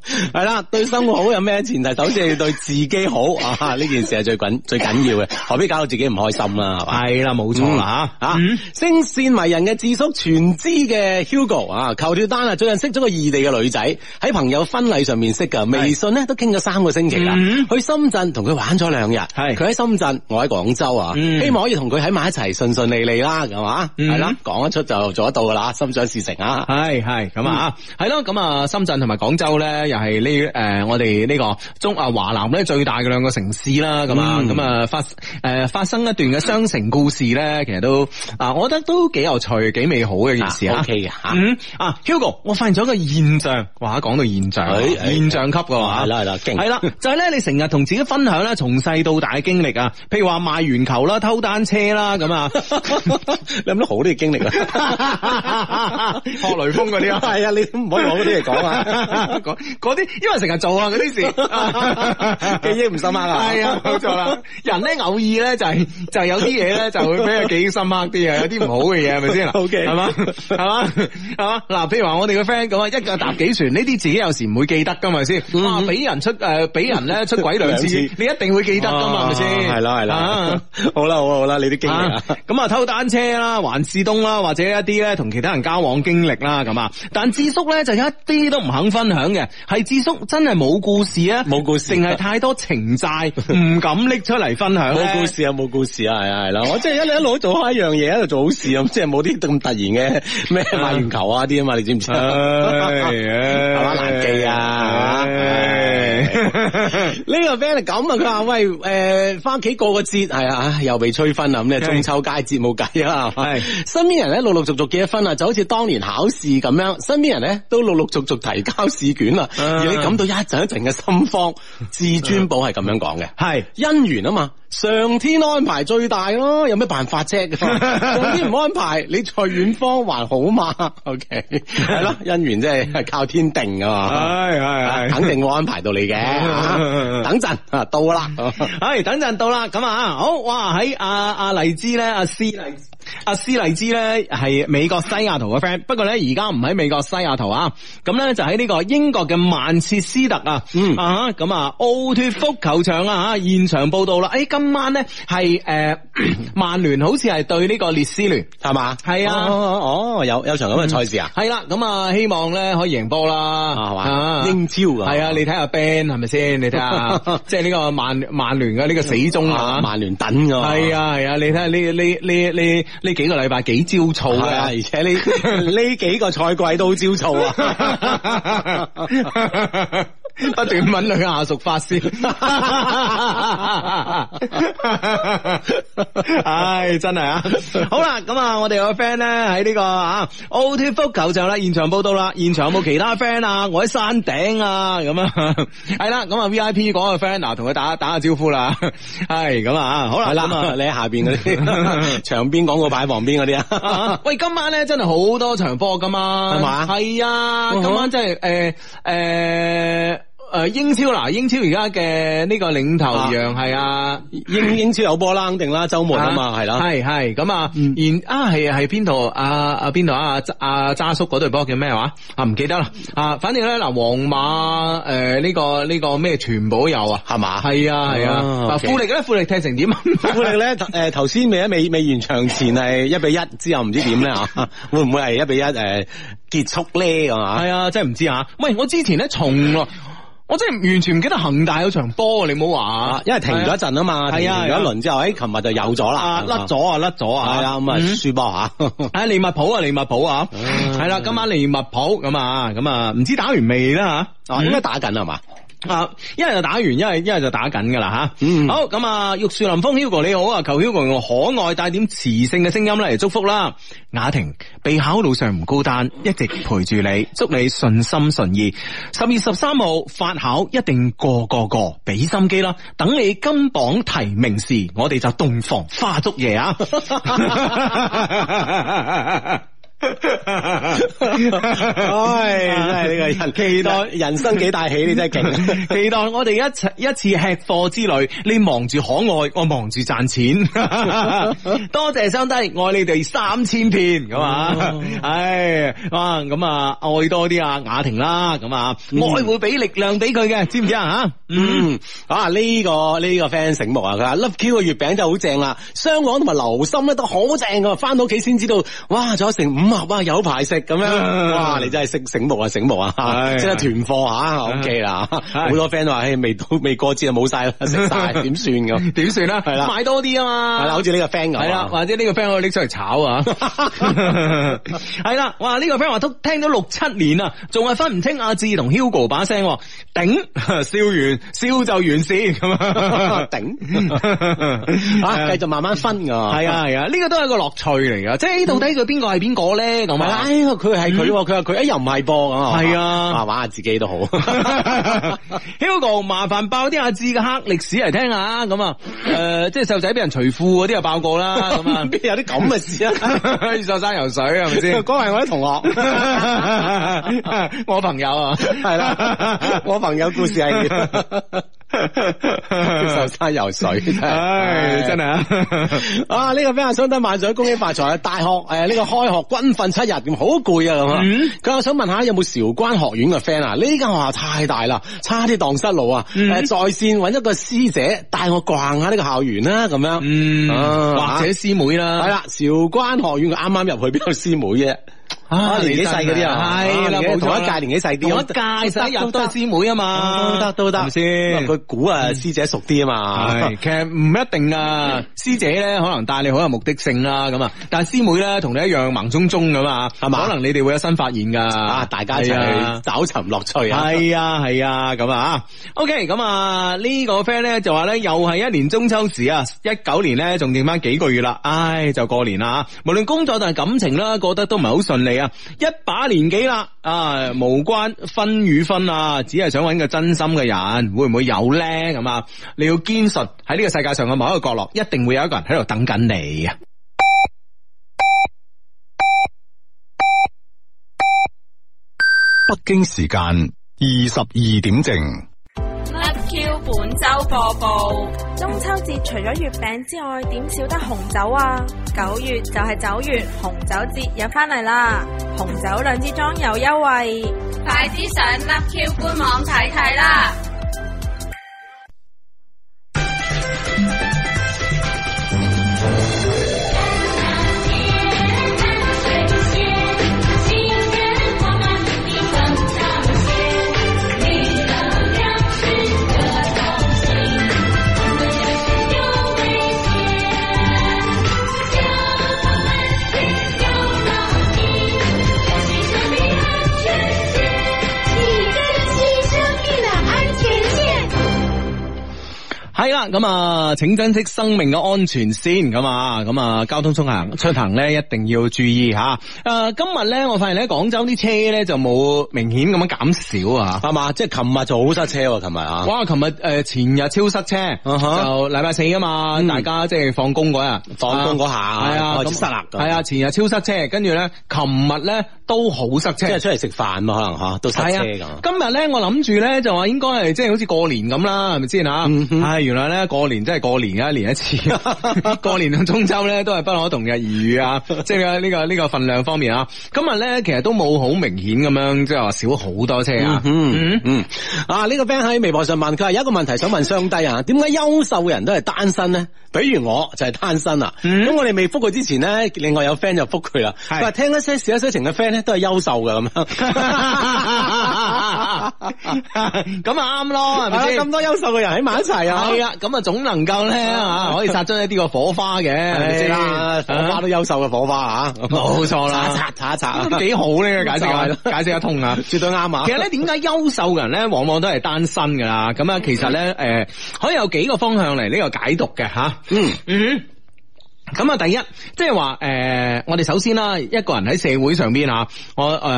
E: 系啦，對生活好有咩前提？首先要對自己好啊！呢件事係最緊最
C: *laughs*
E: 紧要嘅，何必搞到自己唔開心啦？係嘛？
C: 係啦，冇錯啦嗯吓
E: 啊！聲線迷人嘅智叔全知嘅 Hugo 啊，求脱單啊！最近識咗個異地嘅女仔，喺朋友婚禮上面識噶，微信咧都傾咗三個星期啦。
C: 嗯
E: 去深圳同佢玩咗兩日，
C: 係
E: 佢喺深圳，我喺廣州啊，
C: 嗯
E: 希望可以同佢喺埋一齊，順順利利啦，咁嘛？
C: 嗯
E: 係啦，講得出就做得到噶啦，心想事成啊！
C: 系系咁啊，系咯咁啊，深圳同埋廣州咧，又係呢诶，我哋呢個中啊華南咧最大嘅兩個城市啦，咁啊
E: 嗯
C: 咁啊發诶發生一段嘅雙城故事咧，其實都啊，我覺得都幾有趣、幾美好嘅一件事啊。
E: OK 嘅吓。
C: 嗯啊，Hugo，我發現咗一個現象，哇，講到現象，
E: 哎哎
C: 現象級嘅話，
E: 係啦係啦勁
C: 係啦，啊就係咧，你成日同自己分享咧，從細到大嘅經歷啊，譬如話賣圓球啦、偷單車啦，咁 *laughs* 啊，
E: 你有冇好啲經歷 *laughs* 啊？
C: 學雷鋒嗰啲啊
E: 係啊，你都唔可以攞嗰啲嚟講啊！
C: 嗰嗰啲，因為成日做啊嗰啲事，
E: *laughs* 記憶唔深刻啊
C: 係啊，冇錯啦。人咧偶爾咧就係、就係有啲嘢咧就會俾佢記憶深刻啲啊，有啲唔好嘅嘢係咪先
E: *laughs* OK
C: 係嘛係嘛係嘛嗱，譬如話我哋個 friend 咁啊，一腳踏幾船呢啲自己有時唔會記得㗎嘛係咪先？哇，俾人出誒俾人咧出軌兩次，
E: 嗯兩次
C: 你一定會 *laughs* 記得㗎嘛係咪先？
E: 哦係啦係啦
C: 啊，
E: 好啦好啦好啦，你啲經歷
C: 啊
E: 啊。
C: 咁啊偷單車啦、環市東啦，或者一啲咧同其他人交往經歷啦咁啊。但智叔咧就一啲都唔肯分享嘅，係智叔真係冇故事啊，
E: 冇故事
C: 淨係太多情債，唔敢拎出嚟分享呢
E: 冇故。事啊，冇故事啊，系啊，系啦，我即系一你一路做開開一樣嘢喺度做好事咁，即係冇啲咁突然嘅咩買完球啊啲啊嘛，你知唔知啊？
C: 係
E: 係嘛難記啊 *laughs* 呢個 friend 係咁啊，佢話喂，誒，翻屋企過個節係啊，唉又被催婚啦，咁咧中秋佳節冇計啦，
C: 係
E: 身邊人咧陸陸續續結咗婚啊啦，就好似當年考試咁樣，身邊人咧都陸陸續續提交試卷啦，
C: 嗯
E: 而你感到一陣一陣嘅心慌，至尊寶係咁樣講嘅。
C: 係
E: 姻緣啊嘛，上天安排最大咯，有咩辦法 *laughs* 啫？上天唔安排，你在遠方還好嘛？OK，係 *laughs* 咯，姻緣真係靠天定噶 *laughs* 嘛，
C: 係係係
E: 肯。定會安排到你啊嘅。 *laughs* 啊等陣啊，到啦，
C: *laughs* 唉，等陣到啦，咁啊，好哇，喺阿阿荔枝咧，阿施荔阿施荔枝咧係美國西雅圖嘅 friend，不過咧而家唔喺美國西雅圖啊，咁咧就喺呢個英國嘅曼徹斯特啊，
E: 嗯
C: 啊咁啊奧脱福球場啊吓，現場報道啦，誒今晚咧係誒 *clears throat* 曼聯好似係對呢個列斯聯。
E: 係嘛？
C: 係啊
E: 哦，哦有有場咁嘅賽事啊，
C: 係啦，咁啊，希望咧可以贏波啦，
E: 係
C: 啊
E: 嘛？英超啊，
C: 係啊，你睇下 Ben 係咪先？你睇
E: *laughs*
C: 下，即係呢個曼曼聯嘅呢個死忠啊
E: 啊，，曼聯等噶， *laughs*
C: 係。啊係啊，你睇下呢呢呢呢呢幾個禮拜幾焦躁
E: 係啊！
C: 啊！
E: 而且呢 *laughs* 呢幾個賽季都好焦躁啊！
C: *laughs* 不斷揾女下屬發
E: *laughs*
C: 泄，唉，真係啊！好啦，咁啊，我哋有個 friend 咧喺呢個啊奧脱福球場啦，現場報道啦，現場有冇其他 friend 啊？我喺山頂啊， *laughs* 咁啊，係啦，咁啊 V I P 嗰個 friend 嗱，同佢打打下招呼啦， *laughs* 係咁啊，好啦，
E: 係啦，
C: 咁啊
E: 你喺下邊嗰
C: *laughs*
E: *laughs* 啲牆邊廣告牌旁邊嗰啲啊，
C: 喂，今晚咧真係好多場波噶嘛，
E: 係嘛
C: 係啊，
E: 嗯哼
C: 今晚真係誒誒誒英超嗱，英超而家嘅呢個領頭羊係啊。
E: 英英超有波啦，肯定啦，周末啊嘛，係啦，嗯
C: 係係咁啊，然啊係係邊度啊啊邊度啊啊渣叔嗰隊波叫咩話啊唔記得啦啊，反正咧嗱，皇馬誒呢個呢個咩全部都有啊，
E: 係嘛？
C: 係啊係
E: 哦
C: 啊，啊
E: OK
C: 富力咧富力踢
E: *laughs*
C: 成點啊？
E: 富力咧，誒頭先未未未完場前係一比一，之後唔知點咧嚇，會唔會係一比一誒結束咧咁啊？
C: 系啊，真系唔知啊！喂，我之前咧從來我真係完全唔記得恒大有場波，你冇話
E: 啊，因為停咗一陣啊嘛，停
C: 係啊
E: 咗一輪之後，誒，琴日就有咗啦
C: 啊，，甩咗啊，甩咗啊，
E: 係啊，咁啊
C: 嗯
E: 輸波嚇。
C: 啊，利物浦啊，利物浦啊，係啦，今晚利物浦咁啊，咁啊，唔知打完未啦吓？
E: 啊，應該打緊
C: *laughs*
E: 係嘛？
C: 啊，一係就打完，一係一係就打緊噶啦吓。
E: 嗯
C: 好咁啊，玉樹臨風 Hugo 你好啊，求 Hugo 用可愛帶點磁性嘅聲音咧嚟祝福啦。雅婷，備考路上唔孤單，一直陪住你，祝你順心順意。十月十三號法考一定個個個，俾心機啦。等你金榜題名時，我哋就洞房花燭夜啊！
E: 唉，真係呢個人期待人生幾大喜，你
C: *laughs*
E: 真係啊勁。
C: 期待我哋一次一次吃貨之旅，你忙住可愛，我忙住賺錢。 *laughs* 多謝相低，愛你哋三千遍咁啊！唉，哇，咁啊，愛多啲啊雅婷啦，咁啊，愛會俾力量俾佢嘅，知唔知啊？吓，
E: 嗯，啊呢、個呢、個 friend 醒目啊，佢話 Love Q 嘅月餅就好正啦，香港同埋流心咧都好正噶，翻到屋企先知道，哇，仲有成五盒啊，有排食咁
C: 嗯
E: 樣，哇，你真係醒醒目啊，醒目啊，
C: 係
E: *laughs* 即刻囤貨吓，OK 啦，好多 friend 話，嘿，未到未過節啊，冇晒啦，食
C: *laughs*
E: 晒點算咁？
C: 嗯點算啦？
E: 係啦
C: 買多啲啊嘛，
E: 係啦，好似呢個 friend 咁啊，
C: 系啦，或者呢個 friend 可以拎出嚟炒
E: *laughs*
C: 啊，係啦，哇！呢、個 friend 話都聽咗六七年啊，仲係分唔清阿志同 Hugo 把聲喎，
E: *laughs*
C: 頂！笑完笑就完事咁啊， *laughs*
E: 頂啊，繼續慢慢分噶，
C: 係啊係啊，呢、個都係個樂趣嚟噶，即係到底佢邊個係邊個咧咁
E: 唔係
C: 啊
E: 啦，？嗯哎佢係佢喎，佢話佢，哎又唔係噃咁啊，
C: 嗯係啊
E: 哇玩下自己都好，
C: *laughs* Hugo，麻煩爆啲阿志嘅黑歷史嚟聽下咁啊！誒、即係細路仔俾人除褲嗰啲又爆過啦，咁
E: *laughs*
C: 啊，
E: 邊有啲咁嘅事啊？
C: *laughs* 上山游水係咪先
E: *laughs* 嗰？個係我啲同學，
C: 我朋友啊，
E: 係啦，我朋友故事
C: *laughs*
E: 係受山游水，真係
C: 唉，真係啊！
E: *laughs* 啊！呢、個咩啊？相得萬歲，恭喜發財！大學誒呢、個開學軍訓七日，咁好攰啊咁
C: 嗯
E: 啊！佢話、想問下有冇韶關學院嘅 friend 啊？呢間學校太大啦，差啲蕩失路啊！
C: 嗯
E: 誒、在線揾一個師姐帶我逛下呢個校園啦，咁樣。
C: 嗯，
E: 啊
C: 或者師妹啦，
E: 係啦，韶關學院佢啱啱入去邊有師妹啫，啊年紀細嗰啲啊，
C: 係啦，冇錯
E: 同一屆年紀細啲，
C: 同一屆使入都係師妹啊嘛，
E: 都得都得，
C: 係咪先嗯
E: 咁啊佢估啊師姐熟啲啊嗯嘛
C: 系，，其實唔一定啊。師姐咧可能帶你好有目的性啦，咁啊，但系師妹咧同你一樣盲中中咁啊，
E: 係嘛
C: 可能你哋會有新發現噶。
E: 啊大家一齊去找尋樂趣啊，
C: 系啊系啊咁啊，OK 咁啊呢個 friend 咧就話咧又係一年中秋時啊，一九年咧仲剩翻幾個月啦，唉就過年啦吓，無論工作定係感情啦，過得都唔係好順利啊，一把年紀啦啊，無關婚與婚啊，只係想揾個真心嘅人，會唔會有咧咁啊？你要堅信喺呢個世界上嘅某一個角落，一定會有一個人喺度等緊你啊！
F: 北京時間二十二點正。
A: ，Love Q 本周播報。
B: 中秋節除咗月餅之外，點少得紅酒啊？九月就係九月，紅酒節又返嚟啦！紅酒兩支裝有優惠。
A: 快啲上 Love Q 官網睇睇啦！
C: 系啦，咁啊，请珍惜生命嘅安全先，咁啊，咁啊，交通出行出行咧一定要注意吓。诶、今日咧，我發現咧廣州啲車咧就冇明顯咁樣減少啊。
E: 係嘛，即係琴日就好塞車喎，琴日啊，
C: 哇！琴日誒前日超塞車
E: 啊哈
C: 就禮拜四啊嘛，
E: 嗯
C: 大家即係放工嗰日，
E: 放工嗰下
C: 係啊，
E: 開始塞啦咁
C: 係啊，前日超塞車，跟住咧，琴日咧都好塞車
E: 即，係出嚟食飯嘛，可能吓都塞
C: 係
E: 車
C: 啊
E: 咁，。
C: 今日咧，我諗住咧就話應該係即係好似過年咁啦，係咪先吓？
E: 嗯哼
C: 唉，原來咧過年真係過年嘅，一年一次。
E: *laughs*
C: 過年同中秋咧都係不可同日而語啊！即係呢個呢個份量方面啊，今日咧其實都冇好明顯咁樣，即係話少好多車啊。
E: 嗯嗯，啊呢、個 friend 喺微博上問佢話有一個問題想問雙低
C: 嗯
E: 啊，點解優秀嘅人都係單身咧？比如我就係單身啊。咁、
C: 嗯
E: 我哋未覆佢之前咧，另外有 friend 就覆佢啦。
C: 係
E: 佢話聽一些事一些情嘅 friend 咧都係優秀嘅咁
C: *laughs*
E: 樣。
C: *laughs* 咁啊啱咯，係咪
E: 係
C: 先
E: 啦咁？多優秀嘅人喺埋一齊啊！
C: 係啊，咁啊總能夠咧啊，可以殺出一啲個火花嘅，係
E: 係啊咪
C: 咪
E: 先
C: 先
E: 啦，火花都優秀嘅火花啊！
C: 冇錯啦
E: 擦一擦擦一擦啊，
C: 都幾好呢個解釋啊
E: 就係，
C: 解釋得通啊。
E: 絕對啱啊！
C: 其實咧，點解優秀嘅人咧，往往都係單身噶啦？咁啊，
E: 嗯
C: 其實咧，诶、可以有幾個方向嚟呢個解讀嘅吓。
E: 嗯
C: 嗯哼。咁啊，第一，即係話诶，誒我哋首先啦，一個人喺社會上邊啊，我呃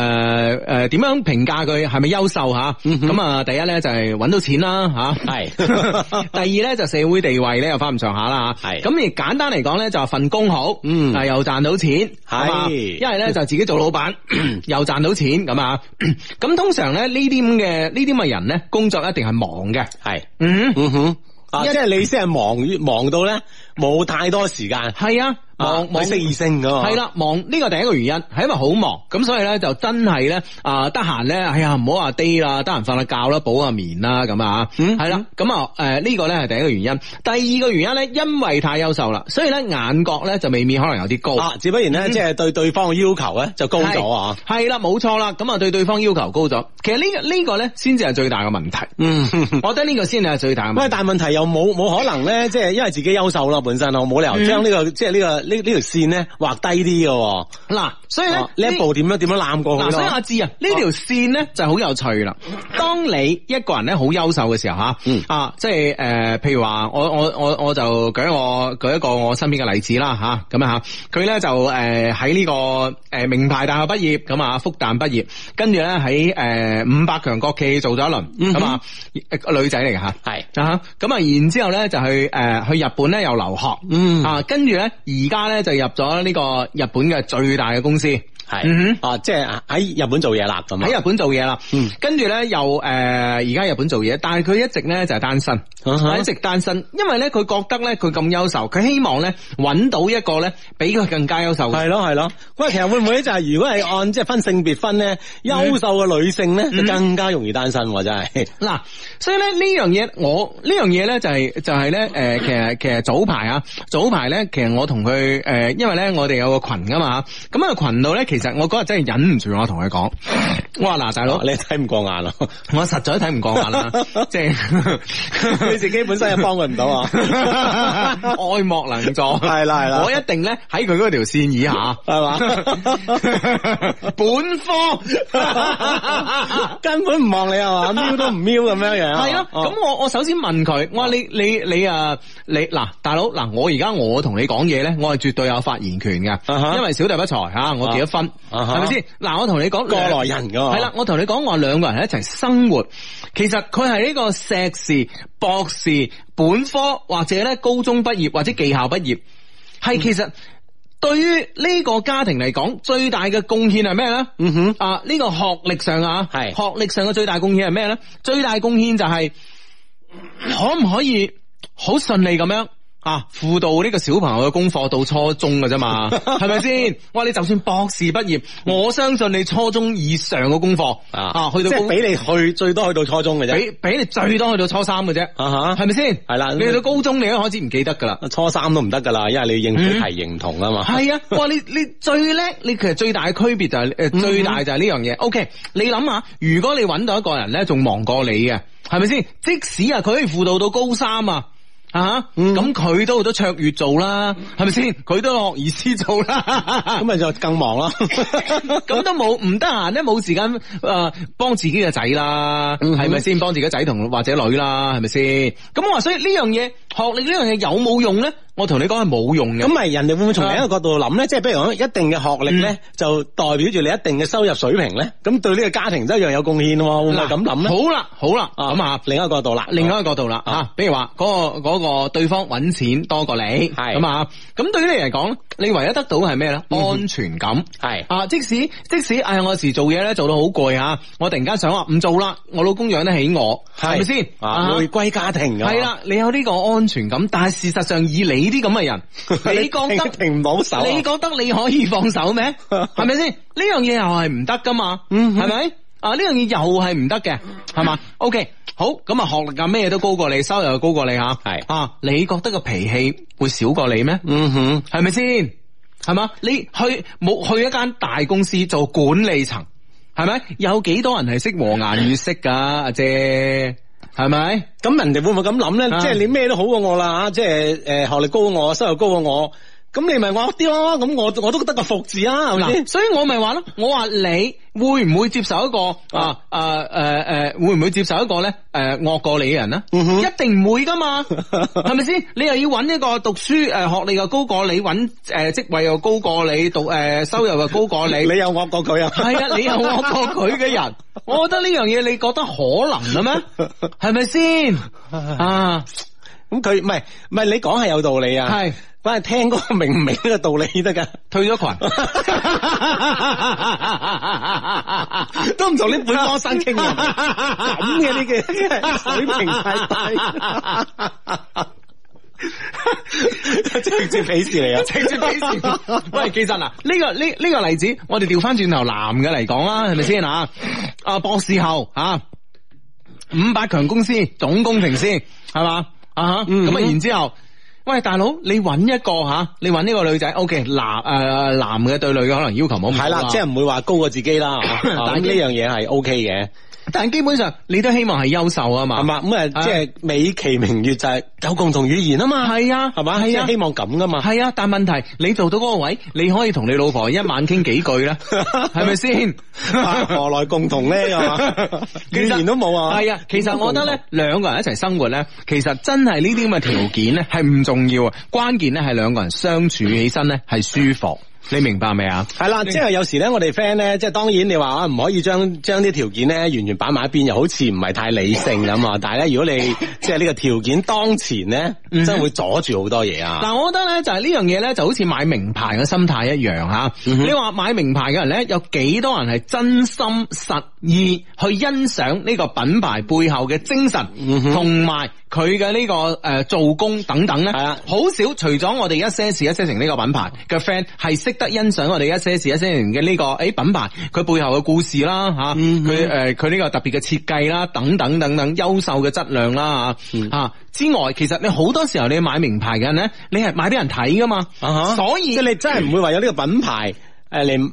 C: 诶诶點樣評價佢係咪優秀吓？
E: 嗯哼
C: 咁啊、第一咧就係揾到錢啦吓，
E: 係
C: *laughs* 第二咧就社會地位咧又翻唔上下啦吓。
E: 係
C: 咁而簡單嚟講咧，就係份工好，
E: 嗯
C: 啊又賺到錢，
E: 係
C: 嘛一係咧就自己做老
E: *laughs*
C: 闆，又賺到錢咁啊。 *coughs* 咁通常咧呢啲咁嘅呢啲咁嘅人咧，工作一定係忙嘅。
E: *laughs* 係
C: 嗯，
E: 嗯哼，啊，
C: 一
E: 即係你先係忙於忙到咧冇太多時間。
C: 係啊，忙忙
E: 佢識異性噶嘛，
C: 系，啦，忙呢個第一個原因係因為好忙，咁所以咧就真係咧啊，得閒咧，哎呀唔好話 day 啦，得閒瞓下覺啦，補下眠啦咁啊，
E: 嗯
C: 係啦，咁啊诶呢個咧係第一個原因，第二個原因咧因為太優秀啦，所以咧眼角咧就未免可能有啲高。
E: 啊，只不然咧，即係對對方嘅要求咧就高咗啊，
C: 係，系啦，冇錯啦，咁啊對對方要求高咗，其實呢、個呢、個咧先至係最大嘅問題，
E: 嗯。 *laughs*
C: 我覺得呢個先係最大嘅問
E: 喂，
C: 題。
E: 但係問題又冇冇可能咧，即係因為自己優秀啦，本身我冇理由將呢、個即係呢個呢呢條線咧畫低啲嘅喎
C: 嗱，所以咧
E: 啊，哦呢一哦步點樣點樣攬過去
C: 嗱，所以阿
E: 咯？
C: 志啊，呢條線咧就好有趣啦。當你一個人咧好優秀嘅時候吓，
E: 嗯
C: 啊，即係诶、呃譬如話我我我我就舉我舉一個我身邊嘅例子啦吓，咁啊吓，佢咧就诶喺呢個诶、呃名牌大學畢業，咁啊復旦畢業，跟住咧喺诶五百強國企做咗一
E: 嗯
C: 輪，咁啊、呃女仔嚟嘅吓。
E: 係
C: 啊，咁啊，然之後咧就去誒、呃去日本咧又留學，
E: 嗯
C: 啊，跟住咧而家咧就入咗呢個日本嘅最大嘅公司，嗯
E: 係啊，即係喺日本做嘢啦咁啊
C: 喺日本做嘢啦
E: 嗯，
C: 跟住咧又誒而家日本做嘢，但係佢一直咧就係單身
E: 啊哈
C: 一直單身，因為咧佢覺得咧佢咁優秀，佢希望咧揾到一個咧比佢更加優秀嘅
E: 係咯係咯，嗯喂，其實會唔會就係如果係按即係分性別分咧，優秀嘅女性咧就更加容易單身喎，真係。
C: 嗱，所以咧呢樣嘢，我呢樣嘢咧就係、就係咧誒，其實其實早呃排啊，早排咧，其實我同佢誒，因為咧我哋有個群噶嘛，咁啊群度咧其其實我嗰日真係忍唔住，我同佢講，我話嗱，大佬
E: *laughs* 你，睇唔過眼啊！ *laughs*
C: 我實在睇唔過眼啦，即係 *laughs*
E: 你自己本身又幫佢唔到 *laughs* 啊，
C: 愛莫能助，
E: 係啦係啦
C: 我一定咧喺佢嗰條線以
E: *laughs*
C: 下，
E: 係嘛？
C: 本
E: *laughs*
C: 科。
E: 根本唔望你啊係嘛，瞄都唔瞄咁樣樣。哦
C: 系咯，咁我我首先問佢，我話你你你啊，你嗱大佬嗱，我而家我同你講嘢咧，我係絕對有發言權嘅
E: 啊哈
C: 因為小弟不才吓，我結咗婚，
E: 啊哈
C: 係咪先？嗱，我同你講
E: 過來人㗎嘛
C: 係啦，我同你講，我兩個人一齊生活，其實佢係呢個碩士、博士、本科或者咧高中畢業或者技校畢業，
E: 嗯
C: 係其實。對於呢個家庭嚟講，最大嘅貢獻係咩咧？
E: 嗯哼
C: 啊呢、個學歷上啊，
E: 係
C: 學歷上嘅最大貢獻係咩咧？最大貢獻就係可唔可以好順利咁樣啊輔導呢個小朋友嘅功課到初中嘅啫
E: *laughs*
C: 嘛，係咪先？哇！你就算博士畢業，我相信你初中以上嘅功課啊，去
E: 即
C: 到
E: 係
C: 高
E: 俾你去最多去到初中嘅啫。
C: 俾俾你最多去到初三嘅啫，
E: 啊哈
C: 係咪先？
E: 係啦
C: 你去到高中你都開始唔記得㗎啦。
E: 初三都唔得噶啦，因為你要應付
C: 嗯
E: 題型唔同啊嘛。
C: 系
E: *laughs*
C: 啊，哇！你你最叻，你其實最大嘅區別就係、诶
E: 嗯
C: 最大就係呢樣嘢。OK，你諗下，如果你揾到一個人咧，仲忙過你嘅，係咪先？即使啊，佢可以輔導到高三啊。啊，
E: 嗯
C: 咁佢、都都卓越做啦，係咪先？佢都有學而思做啦
E: 咁，啊咪就更忙 *laughs* 啦。
C: 咁都冇唔得閒咧，冇時間誒幫自己嘅仔啦，
E: 嗯
C: 係咪先？幫自己嘅仔同或者女啦，係咪先？咁我話，所以呢樣嘢學歷呢樣嘢有冇用咧？我同你講係冇用嘅。
E: 咁咪人哋會唔會從另一個角度諗咧？即係比如講，一定嘅學歷咧，就代表住你一定嘅收入水平咧。咁對呢個家庭都一樣有貢獻喎。會唔會
C: 嗱
E: 咁諗咧？
C: 好啦，好啦，咁啊。
E: 另一個角度啦，
C: 另外一個角度啦，
E: 啊
C: 啊，比如話嗰、個嗰、個對方揾錢多過你，
E: 係嗯
C: 咁啊，咁對於你嚟講咧，你唯一得到係咩咧？安全感
E: 係
C: 啊，即使即使唉，我有時做嘢咧做到好攰啊，我突然間想話唔做啦，我老公養得起我，係咪先？
E: 啊，回歸家庭㗎嘛
C: 係，
E: *laughs*
C: 啦，你有呢個安全感，但係事實上以你啲咁嘅
E: *laughs*
C: 人，你覺得
E: 停停唔到手啊，
C: 你覺得你可以放手
E: *laughs*
C: 咩？係咪先？呢樣嘢又係唔得噶嘛？
E: 嗯哼嗯
C: 係咪？啊，呢樣嘢又係唔得嘅，係嘛？OK，好，咁啊，學歷啊咩都高過你，收入又高過你吓，
E: 係
C: 啊，你覺得個脾氣會少過你咩？
E: 嗯哼，
C: 係咪先？係嘛？你去冇去一間大公司做管理層，係咪？有幾多人係識和顏悅色噶？阿姐，係咪？
E: 咁人哋會唔會咁諗咧？
C: 啊
E: 即係你咩都好過我啦，即係诶學歷高過我，收入高過我，咁你咪惡啲咯。咁我我都得個服字啊，係咪先
C: 嗱，？所以我咪話咯，我話你會唔會接受一個啊啊诶诶，會唔會接受一個咧诶惡過你嘅人咧？一定唔會噶 *laughs* 嘛，係咪先？你又要揾一個讀書诶學歷又高過你，揾诶職位又高過你，讀诶收入又高 *laughs* 過你，
E: 你又惡過佢啊？
C: 係 *laughs* 啊，你又惡過佢嘅人，我覺得呢樣嘢你覺得可能嘅咩？係 *laughs* 咪先啊？
E: *laughs* 咁佢唔係唔係你講係有道理啊，
C: 係， *laughs*
E: 關係聽嗰個明唔明呢個道理得㗎，
C: 退咗群。
E: 都唔同啲本科生傾嘅，咁嘅呢嘅水平太低，直接鄙視你啊！
C: 直接俾錢 *laughs* 喂，其實嗱，呢、個呢呢、個例子，我哋調翻轉頭男嘅嚟講啦，係咪先啊？啊，博士後啊，五百強公司總工程師係嘛啊？
E: 嗯
C: 咁啊，然之後。喂，大佬，你揾一個吓、你揾呢個女仔，OK，男诶、呃男嘅對女嘅可能要求冇咁高啊
E: 係啦，即係唔會話高過自己 *laughs* 啦。啊咁呢樣嘢係 O K 嘅，
C: 但基本上你都希望係優秀啊嘛，
E: 係嘛？咁
C: 啊
E: 啊，即係美其名曰就係有共同語言啊嘛，
C: 係啊，
E: 係嘛？
C: 係
E: 即係
C: 啊
E: 希。望咁噶嘛。
C: 系啊，但問題你做到嗰個位，你可以同你老婆一晚傾幾句
E: *laughs*
C: 啦，係咪先？ *laughs*
E: 啊何來共同咧？係嘛， *laughs* 語言都冇啊。
C: 系啊，其實我覺得咧，兩個人一齊生活咧，其實真係呢啲咁嘅條件咧係唔重要啊，關鍵咧係兩個人相處起身咧係舒服，你明白未啊？
E: 系啦，即系有時咧，我哋 friend 咧，即係當然你話啊，唔可以將將啲條件咧完全擺埋一邊，又好似唔係太理性咁
C: *laughs*
E: 啊。但係咧，如果你即係呢個條件當前咧，
C: 嗯
E: 真係會阻住好多嘢啊。
C: 嗱，我覺得咧就係呢樣嘢咧，就好似買名牌嘅心態一樣吓。
E: 嗯
C: 你話買名牌嘅人咧，有幾多人係真心實意去欣賞呢個品牌背後嘅精神，
E: 嗯
C: 同埋佢嘅呢個诶做工等等咧？
E: 係啊
C: 好少除咗我哋一些事一些情呢個品牌嘅 friend 係識得欣賞我哋一些事一些情嘅呢個诶品牌佢背後嘅故事啦吓，
E: 嗯
C: 佢诶呃佢呢個特別嘅設計啦等等等等優秀嘅質量啦吓
E: 嗯
C: 啊之外，其實你好多時候你買名牌嘅人咧，你係買俾人睇噶嘛
E: 啊哈，
C: 所以
E: 即係你真係唔會話有呢個品牌诶嚟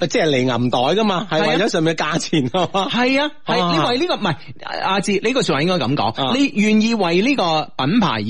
E: 即係嚟銀袋噶嘛，係
C: 係啊
E: 為咗上面嘅價錢啊嘛。
C: 系啊，系
E: 啊
C: 你为呢、個，个唔系阿志呢句说话应该咁
E: 啊
C: 講，你願意為呢個品牌而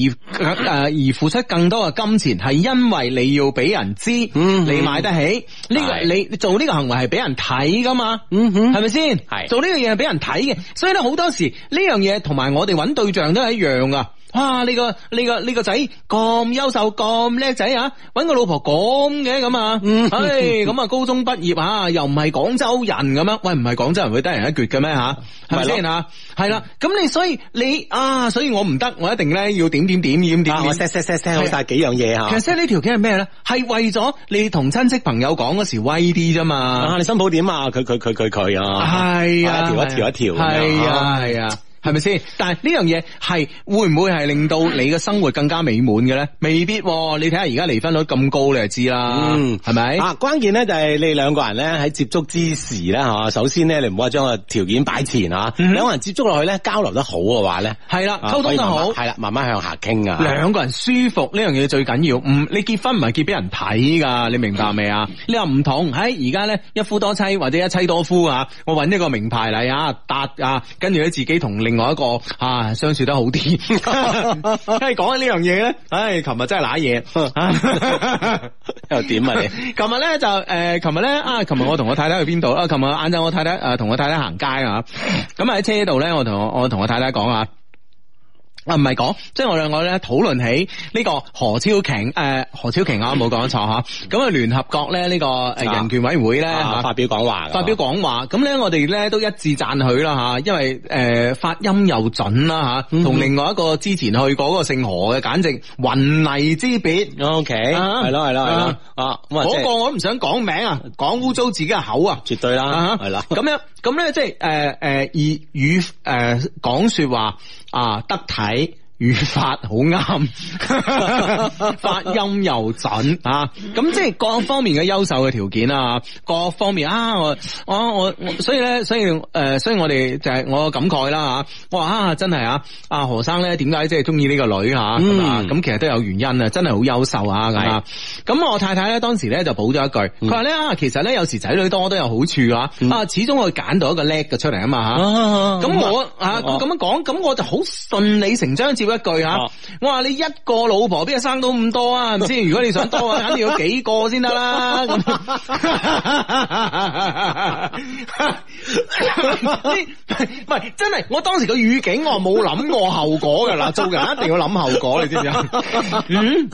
C: 诶、呃而付出更多嘅金錢，係因為你要俾人知，
E: 嗯
C: 你買得起呢、個
E: 係
C: 你做呢個行為係俾人睇噶嘛，
E: 嗯哼
C: 係咪先？
E: 係
C: 做呢樣嘢係俾人睇嘅，所以咧好多時呢樣嘢同埋我哋揾對象都係一樣噶。哇！你個你個你個仔咁優秀咁叻仔啊，揾個老婆咁嘅咁啊，
E: 嗯
C: 唉咁啊高中畢業啊，又唔係廣州人咁啊樣，喂唔係廣州人會得人一橛嘅咩吓？係咪
E: 咪咯
C: 先吓？係啦，咁你所以你啊，所以我唔得，我一定咧要點點點點點
E: 啊，我
C: 點
E: set set set set 好晒幾樣嘢啊
C: 其
E: 吓。
C: 實呢條件係咩咧？係為咗你同親戚朋友講嗰時威啲啫嘛
E: 啊，。你新抱點啊？佢佢佢佢佢啊。
C: 係啊，
E: 一條一條一條咁樣
C: 係啊，係啊。係咪先？但係呢樣嘢係會唔會係令到你嘅生活更加美滿嘅咧？未必喎、你睇下而家離婚率咁高，你就知啦，
E: 嗯
C: 係咪？
E: 啊，關鍵咧就係你兩個人咧喺接觸之時咧吓，首先咧你唔好將個條件擺前啊，
C: 嗯
E: 兩個人接觸落去咧交流得好嘅話咧，
C: 係啦，溝通得好，
E: 系啦，慢慢向下傾啊。
C: 兩個人舒服呢樣嘢最緊要，唔你結婚唔係結俾人睇㗎，你明白未啊？你又唔同喺而家咧一夫多妻或者一妻多夫啊，我揾一個名牌嚟啊，搭啊，跟住咧自己同另外一個啊相處得好啲。 *laughs* 係講起呢樣嘢咧，唉，琴日真係揦嘢。
E: *laughs*
C: *laughs* 啊
E: 又點
C: *laughs*
E: 啊你？
C: 琴日咧就诶，琴日咧啊，琴日我同我太太去邊度啊？琴日晏晝我太太诶同、我太太行街啊，咁喺車度咧，我同我我同我太太講啊。啊，唔係講，即係我兩個咧討論起呢個何超瓊誒、呃何超瓊啊，冇講錯嚇。咁啊，聯合國咧呢、個誒人權委員會咧
E: 啊
C: 嚇
E: 發表講話㗎，
C: 發表講話，咁咧我哋咧都一致讚許啦嚇，因為誒、呃、發音又準啦嚇，
E: 嗯
C: 同另外一個之前去過嗰個姓何嘅，簡直雲泥之別。
E: O K，
C: 啊
E: 係咯係咯係咯
C: 啊，
E: 啊咁啊即
C: 嗰個
E: 係
C: 我都唔想講名啊，講污糟自己嘅口啊！
E: 絕對啦，
C: 啊 *laughs*
E: 係啦，
C: 咁樣咁咧，即係诶诶，以语诶讲说話啊得體。語法好啱，發音又準啊！咁即係各方面嘅優秀嘅條件啊，各方面啊，我我我，我所以咧，所以誒、呃所以我哋就係、我感慨啦嚇，我話啊，真係啊，啊何生咧點解即係中意呢個女嚇咁啊？
E: 嗯
C: 咁其實都有原因啊，真係好優秀啊咁啊！咁我太太咧當時咧就補咗一句，佢話咧啊，其實咧有時仔女多都有好處啊，啊始終會揀到一個叻嘅出嚟啊嘛嚇。咁
E: 咁
C: 我啊
E: 哦
C: 咁樣講，咁我就好順理成章接一句嚇
E: 哦。
C: 啊我話你一個老婆邊有生到咁多啊？係咪先？如果你想多啊，肯定要幾個先得啦。 *laughs* 咁呢唔係真係，我當時個語境我冇諗過後果㗎啦。做人一定要諗後果，你知唔知啊？嗯。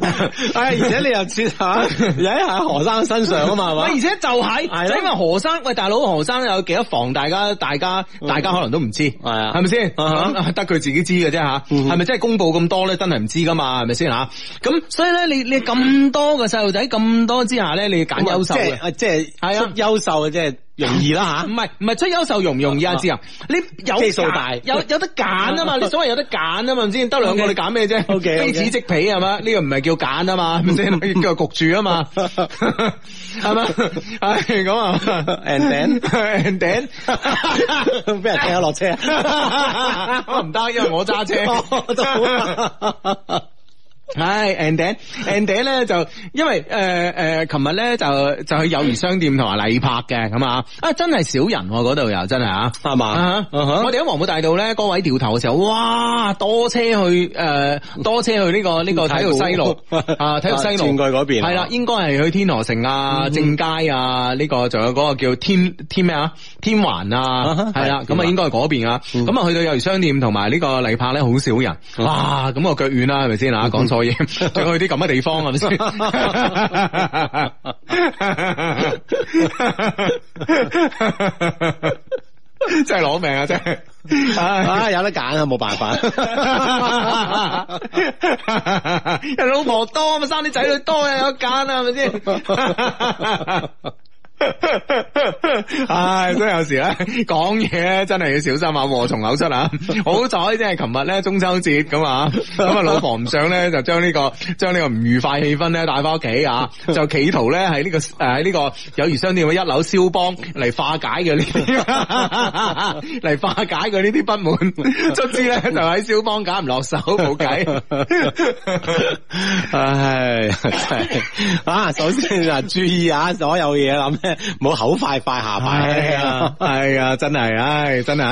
E: 唉，而且你又切 *laughs* 下，又喺下何生身上啊嘛，
C: 喂，而
E: 係嘛？
C: 且就係、
E: 係咯
C: 就因為何生，喂大佬何生有幾多房，大家大家大家可能都唔知，係
E: 嗯啊
C: 係咪先？
E: 啊哈嗯
C: 咁 *laughs* 得佢自己知嘅啫吓，係咪真係公佈咁多咧？真係唔知噶嘛，係咪先吓？咁所以咧，你你咁多嘅細路仔咁多之下咧，你要揀優秀
E: 即
C: 嘅
E: 係。啊即
C: 係
E: 係
C: 啊
E: 出優秀，即係容易
C: *laughs*
E: 啦
C: 啊唔係唔係出優秀容唔容易啊？
E: 啊
C: 志啊，你有
E: 基數
C: 揀
E: 大
C: 有有得揀啊
E: *laughs*
C: 嘛？你所謂有得揀啊嘛？唔知得兩個
E: OK
C: 你揀咩啫
E: OK，OK
C: 非此即彼係嘛？呢個唔係叫揀啊
E: *laughs*
C: 嘛，係咪先？叫焗住啊嘛，係嘛？
E: *laughs*
C: 係咁啊 *laughs*
E: And
C: then，and then，
E: 吓， *laughs* 俾人踢咗落車。 *laughs*
C: *laughs* 我唔得，因為我揸
E: 我都
C: 車。唉，and then，and then 咧就因為诶诶，琴日咧就就去友誼商店同埋麗柏嘅咁啊，啊真係少人喎嗰度又真係啊，
E: 係嘛
C: 啊哈
E: 啊哈
C: 我哋喺黃埔大道咧，嗰位掉頭嘅時候，哇，多車去诶，多車去呢個呢個體育西路
E: 太古
C: 啊，體育西路
E: 轉過去嗰邊
C: 係啦，應該係去天河城啊、正佳啊，呢個仲有嗰個叫天天咩啊、天環
E: 啊哈
C: 啊，係啦，
E: 係
C: 咁啊應該係嗰邊啊，咁啊去到友誼商店同埋呢個麗柏咧，好少人，哇，咁我腳軟啦，係咪先啊？講錯嘢，仲去啲咁嘅地方係咪先？ *laughs* 真係攞命啊！真係， *laughs* 唉
E: 啊，有得揀啊，冇辦
C: *laughs*
E: 法。
C: *laughs* 人老婆多咪生啲仔女多有得揀啊，係咪先？唉，所以有時咧講嘢咧真係要小心啊，禍從口出啊！好彩即係琴日咧中秋節咁啊，咁啊老婆唔想咧就將呢、個將呢個唔愉快氣氛咧帶翻屋企啊，就企圖咧喺呢個誒喺呢個友誼商店嘅一樓肖邦嚟化解嘅呢啲 *laughs* 嚟化解佢呢啲不滿，卒之咧就喺肖邦揀唔落手，冇計。
E: 唉，真係啊！首先啊，注意啊，所有嘢諗咧，唔好口快快下
C: 系
E: 快。 *laughs*
C: 啊，系啊，真系，唉，真系，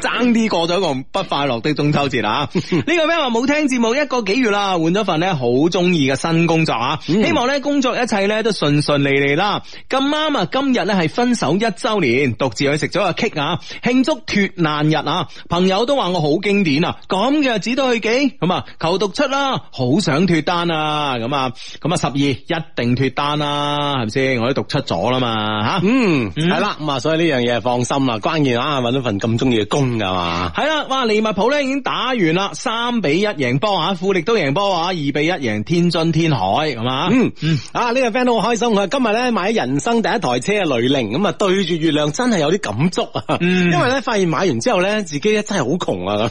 C: 争啲過咗一個不快樂的中秋節啊！呢個 friend 話冇聽節目一個幾月啦，換咗份咧好中意嘅新工作啊！希望咧工作一切咧都順順利利啦。咁啱啊，今日咧係分手一周年，獨自去食咗個 cake 啊，慶祝脱難日啊！朋友都話我好經典啊，咁嘅日子都去幾咁啊？求讀出啦，好想脱單啊！咁啊，咁啊十二一定脱單啦，係咪先？我都讀出咗啦嘛，吓、
E: 嗯，系啦，咁啊，所以呢樣嘢放心啦，關鍵啊，搵到份咁中意嘅工噶嘛。
C: 系啦，哇！利物浦咧已經打完啦，三比一贏波啊，富力都贏波啊，二比一贏天津天海，咁啊，
E: 嗯，啊呢、個 friend 都好開心，佢話今日咧買咗人生第一台車嘅雷凌，咁啊對住月亮真係有啲感觸啊，
C: 嗯
E: 因為咧發現買完之後咧自己真係好窮
C: *laughs*
E: 啊，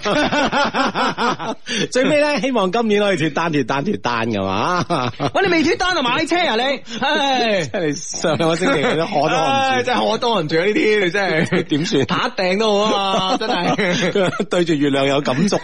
E: 咁最尾咧希望今年可以脱單脱單脱單噶嘛，
C: 喂，你未脱單就買車啊你，唉，
E: 即係上兩個星期你都可都可
C: 唉
E: 唔住
C: 真係可多唔住啊呢啲，你真係
E: 點
C: *laughs*
E: 算
C: 打掟都好啊嘛，真係。 *laughs*
E: 對住月亮有感觸，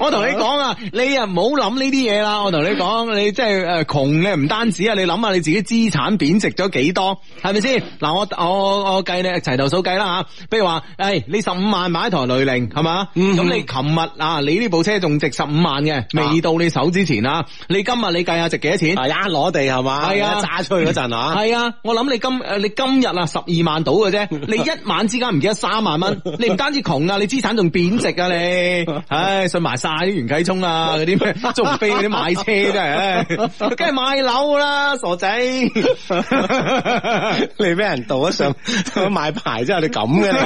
C: 我同你講啊，你啊唔好諗呢啲嘢啦。我同你講，你即係诶窮咧，唔單止啊，你諗下你自己資產貶值咗幾多，係咪先？嗱，我我我計你齊頭數計啦吓，比如話，诶、你十五萬買一台雷凌係嘛？咁、
E: 嗯
C: 你琴日啊，你呢部車仲值十五萬嘅，未到你手之前啊，你今日你計下值幾多錢？
E: 係 *laughs* 啊攞地係嘛，
C: 係啊
E: 揸出去嗰陣啊。
C: 系啊，我谂你今诶你今日啊十二萬到嘅啫，你一晚之間唔記得三萬蚊，你唔單止窮啊，你資產仲貶值啊你，唉信埋晒啲袁啟聰啊嗰啲咩仲飛嗰啲買車真係，唉梗係買樓啦傻仔，
E: *laughs* 你俾人盜咗上 *laughs* 賣牌之後，你咁嘅你，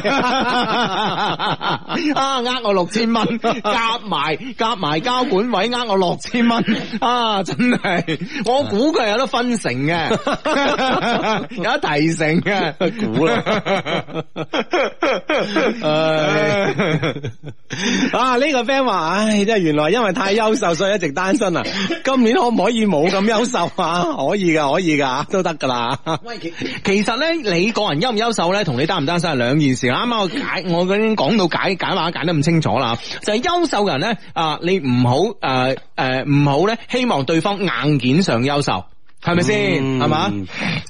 C: *laughs* 啊呃我六千蚊，夾埋夾埋交管委呃我六千蚊，啊真係，我估佢係有得分成嘅，有得提成嘅，
E: *laughs* 估
C: *laughs*
E: 啦。 *laughs* 啊！呢、個 friend 話：，唉，真係原來因為太優秀，所以一直單身啊！
C: *laughs*
E: 今年可唔可以冇咁優秀啊？可以噶，可以噶，都得噶啦。
C: 喂，其其實咧，你個人優唔優秀咧，同你單唔單身係兩件事。啱啱我 *laughs* 解，我已經講到解解話解得咁清楚啦，就係優秀嘅人咧，啊，你唔好誒誒唔好咧，希望對方硬件上優秀，係咪先？
E: 嗯
C: 係嘛？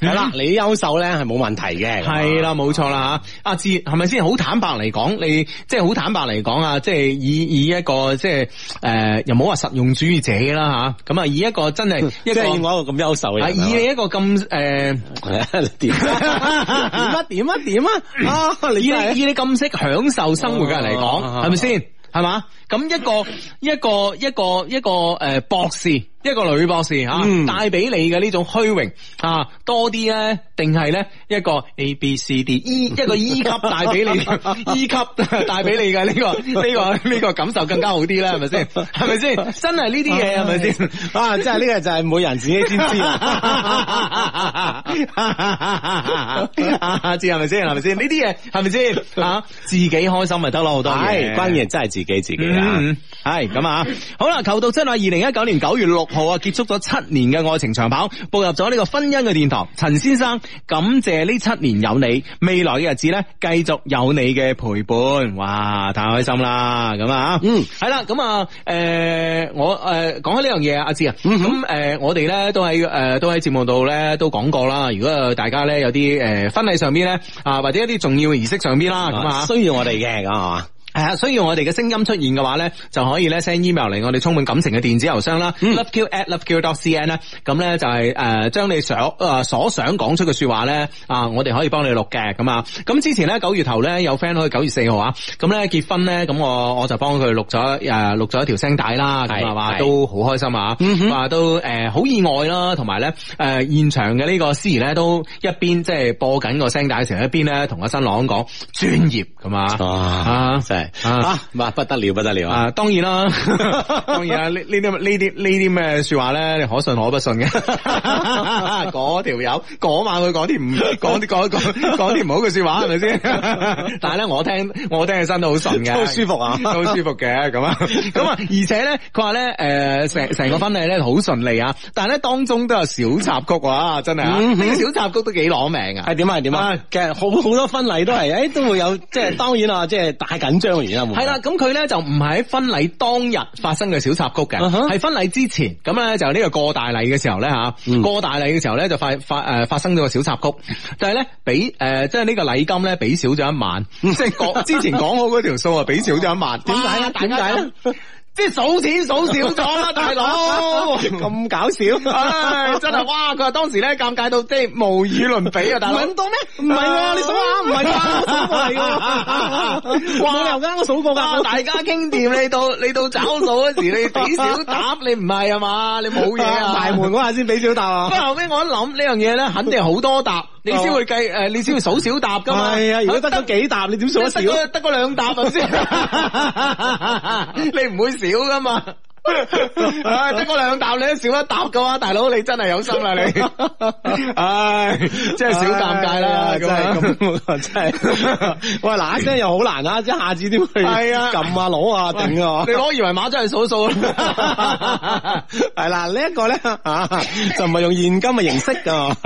E: 係啦，你優秀咧係冇問題嘅。
C: 系啦，冇錯啦吓，阿志係咪先？好坦白嚟講，你即係好坦白嚟講啊，即係以以一個即係诶、呃又冇話實用主義者啦吓，咁啊以一個真係
E: *laughs* *laughs* 即
C: 一個
E: 係我一個咁優秀嘅
C: 啊
E: 人
C: 以
E: 啊。
C: 你一個咁诶。呃
E: *laughs* 點
C: *laughs*
E: 啊點啊點啊點啊！啊，你
C: 以
E: 真係
C: 你以你咁識享受生活嘅人嚟
E: 啊
C: 講，係咪先？係嘛？咁一個一個一個一個诶博士，一個女博士吓，
E: 嗯
C: 帶俾你嘅呢種虛榮啊，多啲咧，定係咧一個 A B C D E 一個 E 級帶
E: *laughs*
C: 俾你，E 級帶俾你嘅呢個呢個呢個感受更加好啲啦，係咪先？係咪先？真係呢啲嘢係咪先？
E: *laughs* 啊，真係呢個就係每人自己先知啊啦。
C: *laughs* 知係咪先？係咪先？呢啲嘢係咪先？啊，自己開心咪得咯，好多嘢。
E: 係，關鍵真係自己自己啊。
C: 嗯，系咁啊！好啦，求到真啊！二零一九年九月六號啊，結束咗七年嘅愛情長跑，步入咗呢個婚姻嘅殿堂。陳先生感謝呢七年有你，未來嘅日子咧繼續有你嘅陪伴，哇！太開心啦！咁啊，嗯，係啦，咁啊，诶、我诶講起呢樣嘢啊，阿志啊，咁诶、誒我哋咧都喺诶、誒都喺節目度咧都講過啦。如果大家咧有啲诶、誒婚禮上邊咧啊，或者一啲重要嘅儀式上邊啦，咁啊。
E: 需要我哋嘅咁係嘛？
C: 系啊，需要我哋嘅聲音出現嘅話咧，就可以咧 send email 嚟我哋充滿感情嘅電子郵箱啦、l o v e q at loveq dot cn 咧，咁咧就係誒將你想誒、呃所想講出嘅説話咧啊，我哋可以幫你錄嘅咁啊。咁之前咧九月頭咧有 friend 可以九月四號啊，咁咧結婚咧咁我我就幫佢錄咗誒、呃、錄咗一條聲帶啦，咁係
E: 係
C: 嘛
E: 係
C: 都好開心啊，話、都誒好、意外啦，同埋咧誒現場嘅呢個司儀咧都一邊即係播緊個聲帶嘅時候，一邊咧同個新郎講專業咁啊。
E: 啊，真系
C: 啊
E: 啊，哇不得了不得了啊！
C: 啊，當然
E: *laughs*
C: 啦，當然啦，啊呢呢啲呢啲呢啲咩说話咧，你可信可不信
E: *laughs*
C: 嘅。嗰條友嗰晚佢講啲唔講啲講講講啲唔好嘅说話係咪
E: *laughs*
C: 先？但係咧，我聽我聽起身都好順嘅，
E: 好舒服啊
C: 好舒服嘅咁
E: *laughs*
C: 啊咁啊，而且咧佢話咧诶，成成個婚禮咧好順利啊，但係咧當中都有小插曲啊，真係啊，呢
E: 嗯
C: 個小插曲都幾攞命啊
E: 系。点啊？係點啊
C: 啊？
E: 其實好好多婚禮都係，诶，都會有即係當然啦，即係大緊張嘅原因啊會唔會。
C: 系啦，咁佢咧就唔係喺婚禮當日發生嘅小插曲嘅，
E: 啊哈
C: 係婚禮之前，咁咧就呢個過大禮嘅時候咧吓，
E: 嗯
C: 過大禮嘅時候咧就發發诶发生咗個小插曲，就係咧俾诶即係呢個禮金咧俾少咗一萬，
E: 嗯
C: 即係
E: *laughs*
C: 講之前講好嗰條數啊，俾少咗一萬，點解咧？
E: 點解咧？
C: 即係數錢數少咗
E: *laughs*
C: 啦，大佬。
E: 咁搞笑，
C: 唉，真
E: *laughs*
C: 係哇！佢話當時咧尷尬到即係無與倫比啊，大佬。
E: 搵到咩？唔係啊喎，你數下，唔
C: *laughs*
E: 係 *laughs* 啩？我
C: 哇
E: 數過嚟喎，冇理由啱，我數過
C: 哇！
E: 㗎。
C: 啊大家傾掂，你
E: *laughs*
C: 到你到找數嗰時，你俾少沓，你唔係啊嘛？你冇嘢啊？
E: 大門嗰下先俾小答
C: 不過
E: 啊！
C: 後尾我一諗呢樣嘢咧，肯定好多沓，你先會計诶，你先會數少沓噶嘛？
E: 哦係啊，如果得咗幾沓，你點數
C: 得
E: 得
C: 得
E: 少？
C: 嗰得嗰兩沓
E: *laughs*
C: 係咪先？你唔會少噶嘛？唉，得嗰兩沓，你都少一沓嘅話，大佬你真係有心啦
E: *laughs*
C: 你。唉，真係少尷尬啦，
E: 唉
C: 咁
E: 真係
C: 樣。
E: 咁，啊 *laughs* 真係。喂，嗱一聲又好難啊，一下子點去
C: 係啊
E: 撳啊攞啊頂啊
C: 你！攞二維碼真係數數啦。
E: *laughs* 系啦，呢一个咧啊，就唔系用現金嘅形式噶，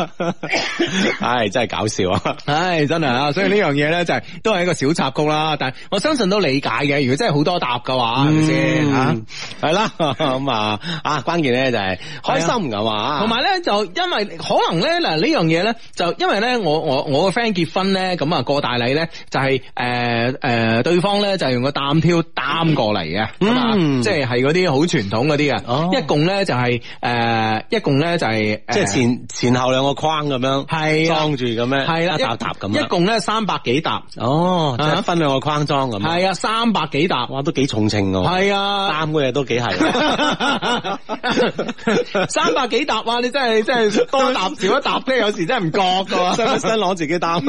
E: 唉，真係搞笑啊！
C: *laughs* 唉，真係啊！所以呢樣嘢咧就係都係一個小插曲啦，但係我相信都理解嘅。如果真係好多答嘅話，係咪先吓？
E: 嗯，系啦，
C: *laughs*
E: 咁啊啊，關鍵咧就係開心咁啊，
C: 同埋咧就因為可能咧嗱呢樣嘢咧就因為咧我我我個 friend 結婚咧咁啊過大禮咧就係誒誒對方咧就係用個擔挑擔過嚟嘅，咁啊
E: 嗯
C: 即係係嗰啲好傳統嗰啲嘅，
E: 哦
C: 一共咧就係、誒一共咧就係、
E: 即係
C: 誒
E: 前前後兩個框咁樣，
C: 係啦
E: 裝住咁樣，
C: 係啦
E: 啊一沓沓咁啊
C: 一
E: 樣，
C: 共咧三百幾沓，
E: 哦，即
C: 啊
E: 係分兩個框裝咁，，
C: 係啊三百幾沓，
E: 哇，都幾重稱噶，
C: 係
E: *laughs*
C: 啊。
E: 擔嗰嘢都幾係。
C: *laughs* 三百幾沓啊！你真係真係多沓少一沓咧，有時真係唔覺噶
E: 使 *laughs* 唔使攞自己擔？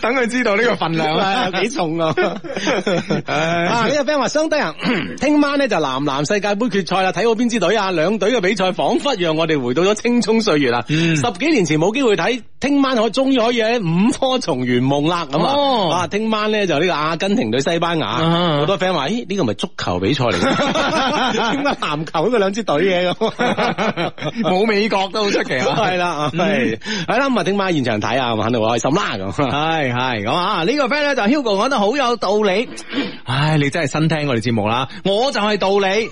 C: 等佢知道呢個份量
E: 啊
C: 啦，
E: 幾重啊！
C: 唉
E: 啊，呢個 friend 話相低啊， *clears throat* 聽晚咧就男籃世界盃決賽啦，睇好邊支隊啊？兩隊嘅比賽彷彿讓我哋回到咗青葱歲月啊！
C: 嗯
E: 十幾年前冇機會睇，聽晚我終於可以喺五科重圓夢啦咁
C: 哦
E: 啊！啊，聽晚咧就呢個阿根廷對西班牙，
C: *laughs* 啊
E: 好多 friend 話：咦，呢個咪足球比賽
C: *laughs*
E: 嚟嘅？點解籃球嗰兩支隊嘅咁？
C: *laughs* 冇美國都好出奇
E: *laughs*
C: 啊！
E: 系啦，系系啦，咁啊，聽晚現場睇啊，咁肯定會開心啦咁。
C: 系系咁啊！呢、個 friend 咧就 Hugo 講得好有道理， *coughs* 唉，你真係新聽我哋節目啦，我就係道 *laughs* 理。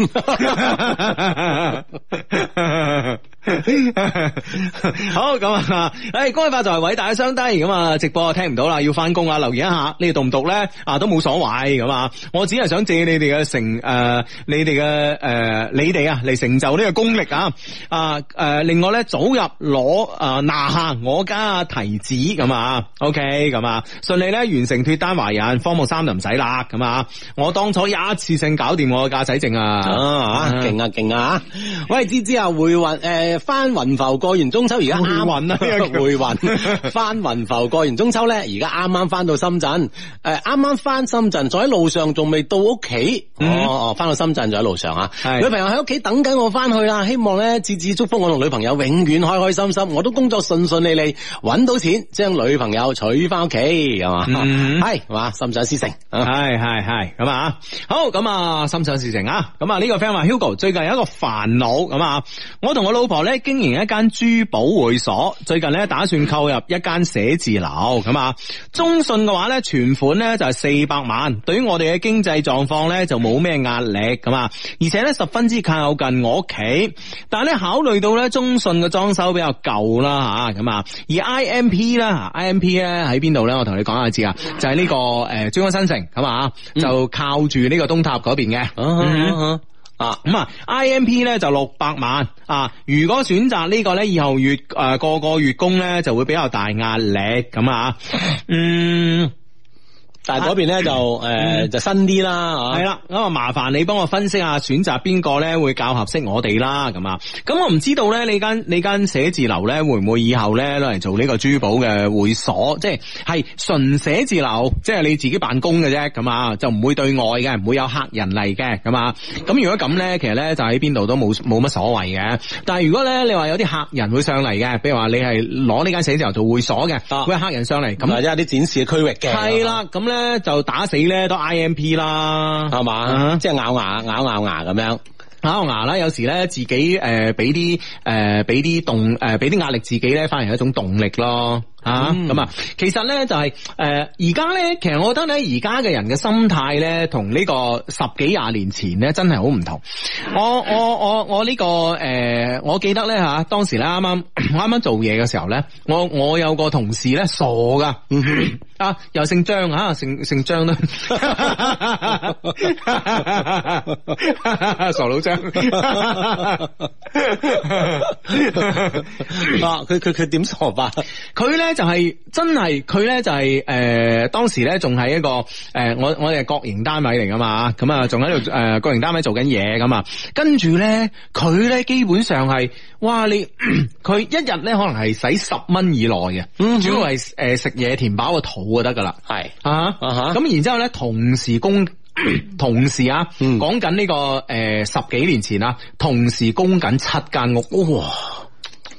C: 好咁啊！唉，恭喜發財，偉大嘅雙低咁啊！直播聽唔到啦，要翻工啊！留言一下，你哋讀唔讀咧？啊，都冇所謂咁啊！我只係想借你哋嘅成诶、呃你哋嘅诶，你哋啊嚟成就呢個功力啊！啊诶、呃另外咧，早日攞啊拿下我家提子咁啊！OK 咁啊，順利咧完成脱單懷孕，科目三就唔使啦咁啊！我當初一次性搞掂我嘅駕駛證啊！
E: 啊，
C: 嗯
E: 勁啊勁啊！喂，芝芝啊，回雲诶，翻雲浮過完中秋，而家啱
C: 回
E: *laughs*
C: 雲啊呢個叫
E: 回雲翻雲浮過完中秋咧，而家啱啱翻到深圳，诶，啱啱翻深圳，仲喺路上，仲未到屋企，哦
C: 嗯
E: 哦，翻到深圳仲喺路上啊，
C: 係
E: 女朋友喺屋企等緊我翻去啦，希望咧芝芝祝福我同女朋友永遠開開心心，我都工作順順利利，揾到錢，將女朋友娶翻屋企，係嘛，
C: 嗯
E: 係係嘛，心想事成
C: 系
E: 啊，
C: 系系咁啊！好咁啊，心想事成啊！咁啊，呢個 friend 話 Hugo 最近有一個煩惱咁啊，我同我老婆咧經營一間珠寶會所，最近咧打算購入一間寫字樓咁啊。中信嘅話咧，存款咧就係四百萬，對於我哋嘅經濟狀況咧就冇咩壓力咁啊，而且咧十分之靠近我屋企，但係咧考慮到咧中信嘅裝修比較舊啦吓咁啊，而 IMP 啦 IMP 咧喺邊度咧？我同你講下知啊，就係呢、個个诶珠江新城咁啊，就靠住呢個東塔嗰邊嘅。嗯
E: 嗯啊啊。
C: 咁啊，IMP 咧就六百萬啊。如果選擇呢個咧，以後月誒、呃、個個月供咧就會比較大壓力咁啊。嗯。
G: 但係嗰邊咧
C: *coughs*
G: 就诶就新啲啦，
C: 系
G: 嚇
C: 啦，咁啊麻煩你幫我分析下選擇邊個咧會較合適我哋啦，咁啊，咁我唔知道咧，你間你間寫字樓咧會唔會以後咧攞嚟做呢個珠寶嘅會所，即係係純寫字樓，即係你自己辦公嘅啫，咁啊就唔會對外嘅，唔會有客人嚟嘅，咁啊，咁如果咁咧，其實咧就喺邊度都冇冇乜所謂嘅，但係如果咧你話有啲客人會上嚟嘅，譬如話你係攞呢間寫字樓做會所嘅，
G: 啊
C: 會有客人上嚟，
G: 咁或
C: 咁
G: 者有啲展示嘅區域嘅，
C: 係啦，咁咧就打死咧都 I M P 啦，
G: 係嘛，
C: 嗯
G: 即係咬牙咬咬牙咁樣。
C: 咬牙啦，有時咧自己誒俾啲誒俾啲動誒俾啲壓力自己咧，反而係一種動力咯。啊，
G: 嗯
C: 咁啊，其實咧就係誒呃而家咧，其實我覺得咧，而家嘅人嘅心態咧，同呢個十幾廿年前咧，真係好唔同。我我我我呢、個誒、我記得咧嚇，當時咧啱啱 *coughs* 啱啱做嘢嘅時候咧，我我有個同事咧傻噶，啊又姓張啊，姓
G: *laughs*
C: 姓張啦，傻佬張。
G: *laughs* 啊！佢佢佢點傻法？
C: 佢咧就係、真係佢咧就係、诶呃、當時咧仲係一個诶我我哋係國營單位嚟噶嘛，咁啊仲喺度
G: 嗯
C: 诶國營單位做緊嘢咁啊，跟住咧佢咧基本上係哇你 *clears throat* 佢一日咧可能係使十蚊以內嘅，主要係诶食嘢填飽個肚就得噶啦。
G: 係
C: 啊
G: 啊哈
C: 咁然之後咧，同時
G: *coughs*
C: 供同時啊，
G: 嗯
C: 講緊呢個诶、呃十幾年前啊，同時供緊七間屋，哇！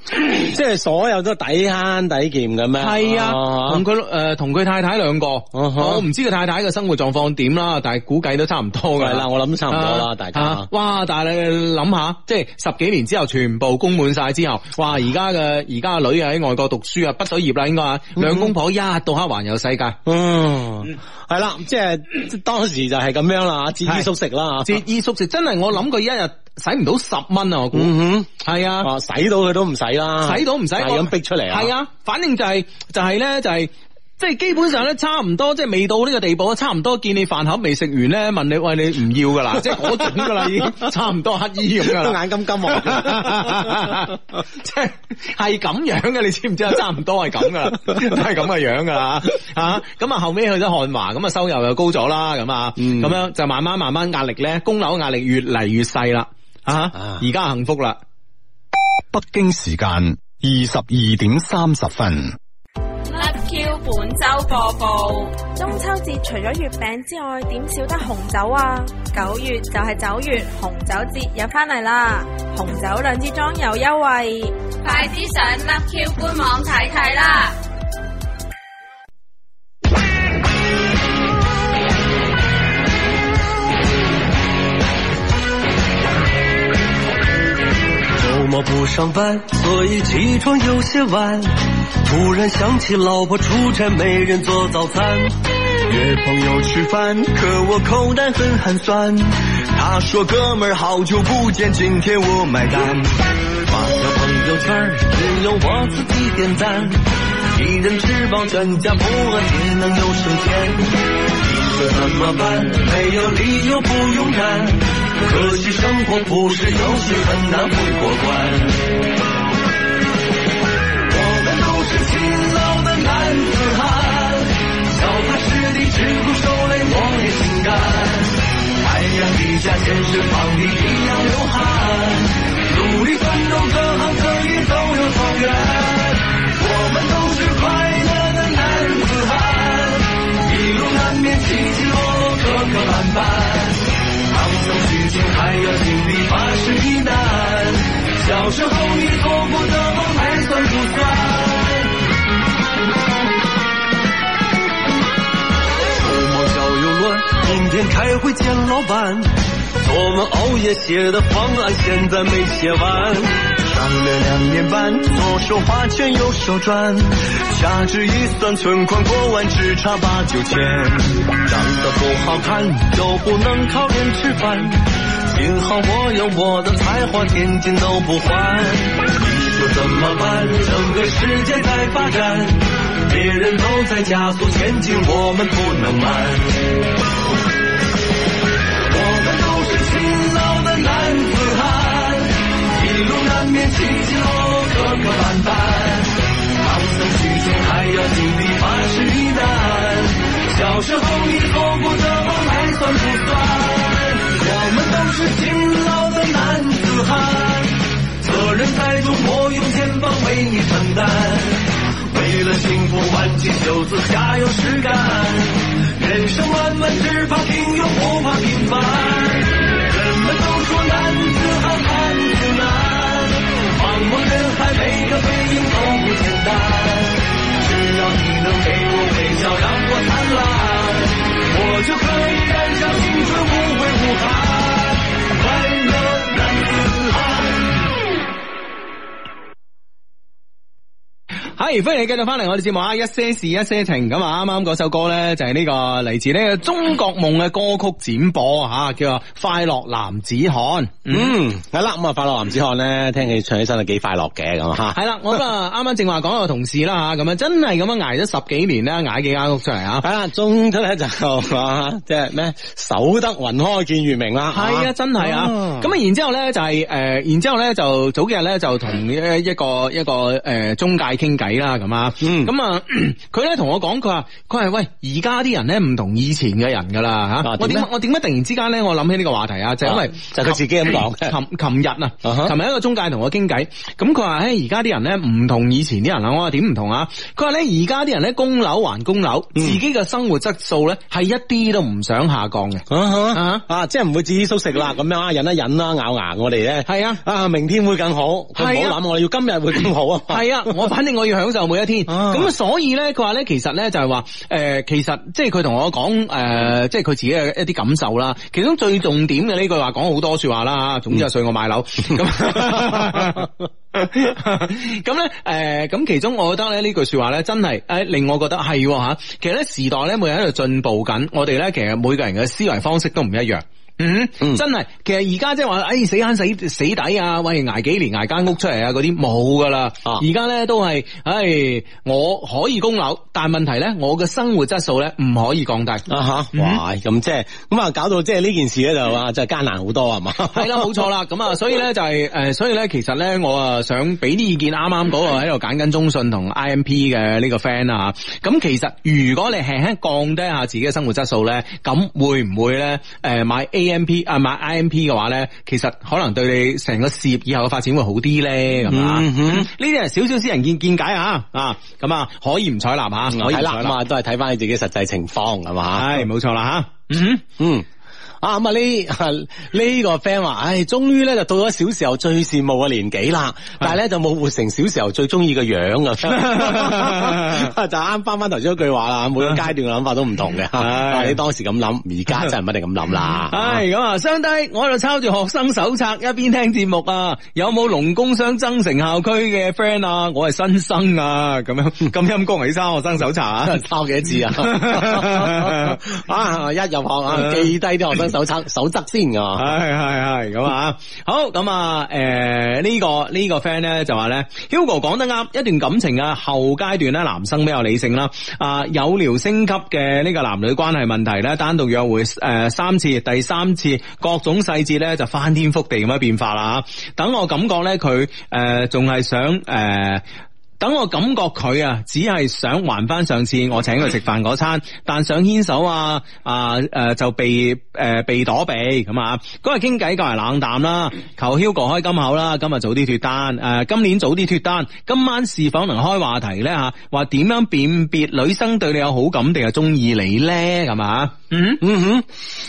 G: 即係所有都抵慳抵儉咁樣。
C: 系啊，
G: 啊
C: 同佢诶同佢太太兩個，
G: 啊哈
C: 我唔知佢太太嘅生活狀況點啦，但係估計都差唔多㗎
G: 係啦，我諗差唔多啦，
C: 啊
G: 大家
C: 啊。哇！但係你諗下，即係十幾年之後，全部供滿晒之後，哇！而家嘅而家嘅女啊喺外國讀書啊，畢咗業啦，應該啊，兩公婆一到黑環遊世界。
G: 啊嗯，係啦，即係即係當時就係咁樣啦，節衣縮食啦。啊
C: 節衣縮食，真係我諗佢一日使唔到十蚊啊！我估
G: 嗯
C: 係啊
G: 哼，。啊，使到佢都唔使啦，
C: 使到唔使，
G: 係咁逼出嚟啊。
C: 系啊，反正就係就係咧就係即係基本上咧，差唔多即係未到呢個地步，啊差唔多見你飯盒未食完咧，問你喂你唔要噶 *laughs* 啦，即係嗰種噶啦，已經差唔多乞衣咁噶
G: 都
C: 啦，
G: 眼金金望。
C: *laughs* 即係係咁樣嘅，你知唔知啊？差唔多係咁噶啦，都係咁嘅樣噶啦，吓咁啊後尾去咗漢華，咁啊收入又高咗啦，咁啊
G: 嗯
C: 咁樣就慢慢慢慢壓力咧，供樓壓力越嚟越細啦，啊
G: 啊
C: 而家幸福啦。
H: 北京時間二十二點三十分。
I: ，Love Q 本周播報。
B: 中秋節除咗月餅之外，點少得紅酒啊？九月就係九月，紅酒節又返嚟啦！紅酒兩支裝有優惠。
I: 快啲上 Love Q 官網睇睇啦！
E: 周末不上班，所以起床有些晚。突然想起老婆出差，没人做早餐。约朋友吃饭，可我口袋很寒酸。他说：“哥们儿，好久不见，今天我买单。”发条朋友圈，只有我自己点赞。一人吃饱全家不饿，也能有省钱。你说怎么办？没有理由不勇敢。可惜生活不是游戏，很难会过关。我们都是勤劳的男子汉，脚踏实地，吃苦受累，我也心甘。太阳底下，健身房里一样流汗，努力奋斗，各行各业都有投缘。我们都是快乐的男子汉，一路难免起起落落，磕磕绊绊，肮脏事情还要经历，发誓一难。小时候你做过的梦还算不算？周末小又乱，今天开会见老板，昨晚熬夜写的方案现在没写完，上了两年班，左手画圈右手转，掐指一算存款过万只差八九千，长得不好看又不能靠脸吃饭，幸好我有我的才华，天津都不还。你说怎么办？整个世界在发展，别人都在加速前进，我们不能慢。我们都是勤劳的男子汉，一路难免起起落落，磕磕绊绊，沧桑曲线还要经历八十一难。
J: 小时候你做过的梦还算不算？我们都是勤劳的男子汉，责任再重我用肩膀为你承担。为了幸福挽起袖子，加油实干。人生漫漫，只怕平庸，不怕平凡。人们都说男子汉汉子难，茫茫人海，每个背影都不简单。只要你能给我微笑，让我灿烂，我就可以燃烧青春，无悔无憾。快乐男子汉。
C: 系，欢迎你继续翻嚟我哋节目啊！一些事，一些情咁啊！啱啱嗰首歌咧就系呢、個个嚟自呢個中國夢嘅歌曲展播吓、啊叫做《快樂男子漢》。嗯。
E: 嗯，系啦，咁啊，快樂男子漢咧，聽起唱起身係幾快樂嘅咁啊，
C: 系啦，我咁啊，啱啱正話講個同事啦吓，咁啊，真係咁樣捱咗十幾年啦，捱幾間屋出嚟啊！
E: 係啦，中咗咧就啊，即係咩，守得雲開見月明啦，
C: 系啊，真係啊！咁啊，然之后咧就係呃然之后咧就早幾日咧就同一一個一個诶中介傾偈啦，咁啊，
E: 嗯
C: 咁啊， *clears throat* 佢咧同我講，佢話佢係喂而家啲人咧唔同以前嘅人噶啦吓
E: 啊，
C: 我
E: 點
C: 點
E: 咧
C: 解我點解突然之間咧我諗起呢個話題啊？就係因為
E: 啊就係佢自己咁講嘅
C: 琴琴日啊，
E: 啊哈
C: 琴日一個中介同我傾偈，咁佢話：，誒而家啲人咧唔同以前啲人啦。我話點唔同啊？佢話咧而家啲人咧供樓還供樓，自己嘅生活質素咧係一啲都唔想下降嘅。
E: 啊
C: 啊
E: 哈 *laughs* 啊，即係唔會自己縮食啦，咁樣啊，忍一忍啦，咬牙，我哋咧
C: 係啊
E: 啊，明天會更好，佢
C: 係
E: 唔
C: 啊
E: 好諗，我哋要今日會更好啊，
C: *laughs* 係啊，我反正我要享受每一天。
E: 啊
C: 咁、所以咧，佢話咧，其實咧就係話，诶、其實即係佢同我講，诶、即係佢自己嘅一啲感受啦。其中最重點嘅呢句話講好多说話啦，吓，總之係碎我買樓。咁咁咧，诶，咁其中我覺得咧呢句说話咧，真係诶令我覺得係吓。其實咧時代咧每日喺度進步緊，我哋咧其實每個人嘅思維方式都唔一樣。嗯，真係，其實而家即係話，哎，死慳死死抵啊！喂，捱幾年捱間屋出嚟啊，嗰啲冇噶啦。
E: 啊
C: 而家咧都係，唉，我可以供樓，但問題咧，我嘅生活質素咧唔可以降低。
E: 啊
C: 嗯
E: 吓，哇！咁即係咁啊，搞到即係呢件事咧就啊，真係艱難好多係嘛？
C: 系
E: *laughs*
C: 啦，冇錯啦，咁啊，所以咧就係呃所以咧其實咧我啊想俾啲意見，啱啱嗰個喺度揀緊中信同 I M P 嘅呢個 friend 啊，咁其實如果你輕輕降低下自己嘅生活質素咧，咁會唔會咧诶買 A M P 啊買 I M P 嘅話咧，其實可能對你成個事業以後嘅發展會好啲咧，咁啊，
E: 嗯哼
C: 呢啲係少少私人見見解啊，啊，咁啊可以唔採納吓，可以
E: 係
C: 唔
E: 啦，
C: 採
E: 咁
C: 納，
E: 啊都係睇翻你自己實際情況係嘛？
C: 係冇錯啦吓，嗯
E: 嗯。啊咁啊呢 *laughs* 呢個 friend 話，唉，終於咧就到咗小時候最羨慕嘅年紀啦，但係咧就冇活成小時候最中意嘅樣啊！ *laughs* 就啱翻翻頭先嗰句話啦，每個階段嘅諗法都唔同嘅。啊你當時咁諗，而家真係唔一定咁諗啦。
C: 唉，咁啊，相低，我喺度抄住學生手冊，一邊聽節目啊。有冇農工商增城校區嘅 friend 啊？我係新生啊，咁樣咁陰公嚟抄學生手冊啊。
E: *laughs* 抄幾多字啊？ *laughs* 啊，一入學啊，記低啲學生手冊守則先
C: 系
E: 啊！
C: 系系咁啊！好咁啊，诶、呢、個呢、個 friend 咧就話咧，Hugo 講得啱，一段感情嘅後階段咧，男生比較理性啦，啊有聊升級嘅呢個男女關係問題咧，單獨約會诶、誒三次，第三次各種細節咧就翻天覆地咁樣變化啦嚇等我感覺咧佢诶仲係想诶。誒等我感覺佢啊，只係想還翻上次我請佢食飯嗰餐，但想牽手啊啊诶、呃就被诶、呃被躲避咁啊。嗰日傾偈較為冷淡啦，求 Hugo 開金口啦，今日早啲脱單，诶、今年早啲脱單，今晚是否能開話題咧吓？話點樣辨別女生對你有好感定係中意你咧？咁啊，嗯。
E: 嗯哼，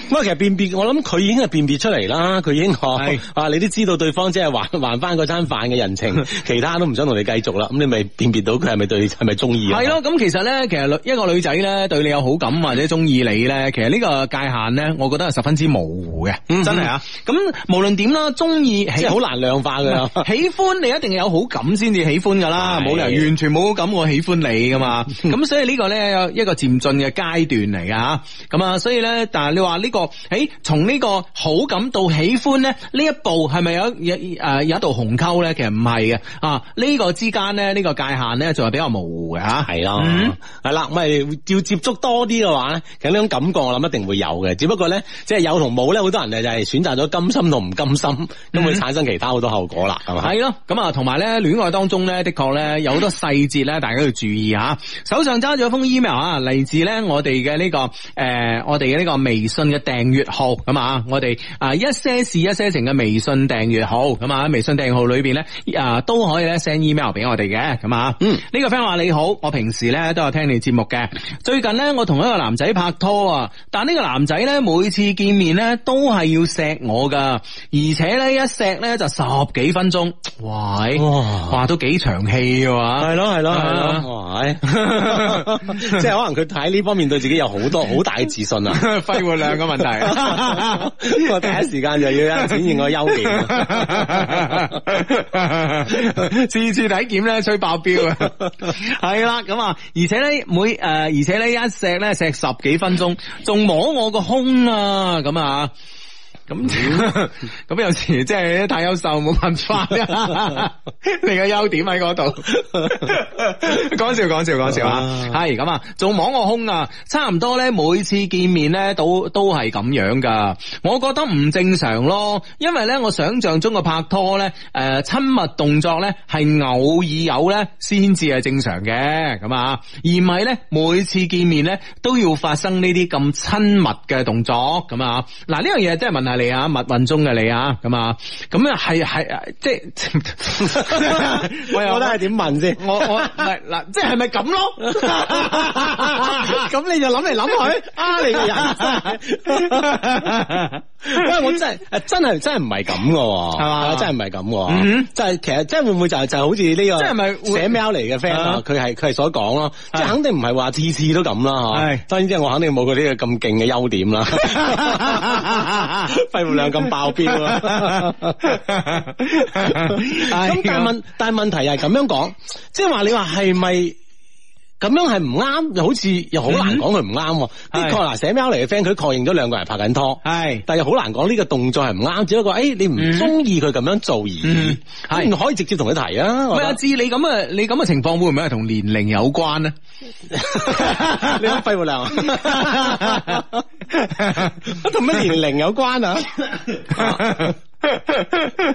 E: 咁啊，其實辨別，我諗佢已經係辨別出嚟啦，佢已經
C: 係
E: 學啊，你都知道對方即係還 *laughs* 還翻嗰餐飯嘅
C: *laughs*
E: 人情，其他都唔想同你繼續啦，咁你咪辨別到佢係咪對你 *laughs* 係咪中意啊？
C: 系咯，咁其實咧，其實女一個女仔咧對你有好感或者中意你咧，其實呢個界限咧，我覺得係十分之模糊嘅，
E: 嗯
C: 真係啊！咁無論點啦，中意
E: 即啊
C: 喜
E: 係好難量化㗎啦。
C: 喜歡你一定有好感先至喜歡噶啦，
E: 係
C: 冇理由完
E: 嗯
C: 全冇好感我喜歡你噶嘛。咁所以呢個咧一個漸進嘅階段嚟噶吓，咁啊啊，所以咧，但係你話呢、個，誒，從呢個好感到喜歡咧，呢一步係咪有有誒有一道鴻溝咧？其實唔係嘅 *laughs* 啊，呢、個之間咧，呢、個界限咧，就係比較模糊嘅吓。
E: 系咯
C: 嗯，
E: 系啦，咪要接觸多啲嘅話咧，其實呢種感覺我諗一定會有嘅。只不過咧，即係有同冇咧，好多人就係選擇咗甘心同唔甘心，咁
C: 嗯
E: 會產生其他好多後果啦，係嘛？
C: 系咯，咁啊，同埋咧，戀愛當中咧，的確咧有好多細節咧，大家要注意吓。手上揸住一封 email 啊，嚟自咧我哋嘅呢個诶、呃我哋嘅呢個微信嘅訂閱號咁啊，我哋啊一些事一些情嘅微信訂閱號咁啊，微信訂閱號裏边咧啊都可以咧 send email 俾我哋嘅咁啊。
E: 嗯
C: 呢個 friend 話你好，我平時咧都有聽你節目嘅，最近咧我同一個男仔拍拖啊，但呢個男仔咧每次見面咧都係要錫我噶，而且咧一錫咧就十幾分鐘，喂，
E: 哇
C: 哇都幾長氣嘅話。
E: 係咯係咯
C: 啊
E: 係咯，係， *laughs* 即係可能佢睇呢方面對自己有好多好大嘅自 *laughs* 信啊！
C: 揮活量嘅問題，
E: 我第一時間就要展現我優
C: *laughs*
E: 點。
C: 次次體檢咧吹爆表啊，係啦咁啊，而且咧每誒、呃而且咧一錫咧錫十幾分鐘，仲摸我個胸啊咁啊。咁 *laughs* 咁有時即係太優秀冇辦法，你嘅優點喺嗰度。講笑講笑講笑啊！係咁啊，仲摸我胸啊，差唔多咧，每次見面咧都都係咁樣噶。我覺得唔正常咯，因為咧我想象中嘅拍拖咧，誒、親密動作咧係偶爾有咧先至係正常嘅咁啊，而唔係咧每次見面咧都要發生呢啲咁親密嘅動作咁啊。嗱呢樣嘢真係問下你啊，密運中嘅你啊，咁啊，咁啊係係 *laughs* 即係
E: *laughs* 我覺得係點問先？
C: 我我唔係
E: *laughs*
C: 嗱，即係咪咁咯？
E: 咁你就諗嚟諗去，啊你個人， *laughs* 喂我真係誒真係真係唔係咁噶喎，
C: 係嘛
E: 啊真係唔係咁
C: 嗯
E: 喎，就係其實真係會唔會就係就係好似呢個
C: 即係咪會
E: 寫 mail 嚟嘅 friend
C: 啊
E: 啊，佢係佢係所講咯，即係
C: 係
E: 肯定唔係話次次都咁啦
C: 係
E: 嚇，當然即係我肯定冇佢呢個咁勁嘅優
C: *laughs*
E: 點啦，肺活量咁爆表啦。
C: 咁
E: 咁但係問但係問題又係咁樣講，即係話你話係咪咁樣係唔啱？又好似又好難講佢唔啱喎。
C: 嗯
E: 的確嗱，寫 mail 嚟嘅 friend 佢確認咗兩個人拍緊拖，
C: 係
E: *laughs* 但係又好難講呢個動作係唔啱，只不過誒你唔中意佢咁樣做而
C: 嗯
E: 已，
C: 係
E: 咁唔可以直接同佢提啊。我
C: 喂
E: 覺
C: 阿
E: 得
C: 志，你咁嘅你咁嘅情況會唔會係同年齡有關咧？
E: 你講肺活量
C: *laughs*
E: 啊，同咩年齡有關啊？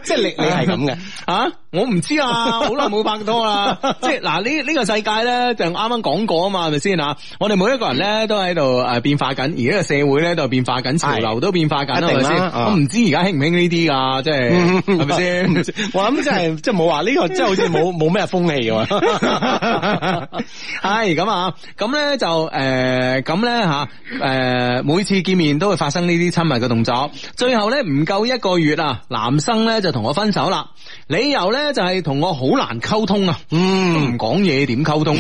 E: 即係你你係咁嘅。
C: 啊！我唔
E: *laughs*
C: 知啊，好耐冇拍拖啦。即係嗱，呢呢個世界咧，就啱啱講過啊嘛，係咪先啊？我哋每一個人
E: 嗯
C: 咧都喺度誒變化緊，而呢個社會咧都係變化緊，潮流都變化緊，
E: 一
C: 係
E: 定
C: 咪
E: 啦
C: 先？
E: 啊
C: 我唔知而家興唔興呢啲噶，即
E: *laughs*
C: 係係嗯咪
E: 唔
C: 先
E: 知？我諗真係即係冇話呢個，真係好似冇冇咩風氣㗎嘛。
C: *laughs* 系咁啊，咁咧就诶，咁咧吓诶，誒每次見面都會發生呢啲親密嘅動作，最後咧唔夠一個月啊，男生咧就同我分手啦，理由咧就係同我好難溝通啊，嗯，唔講嘢點溝
E: *laughs*
C: 通？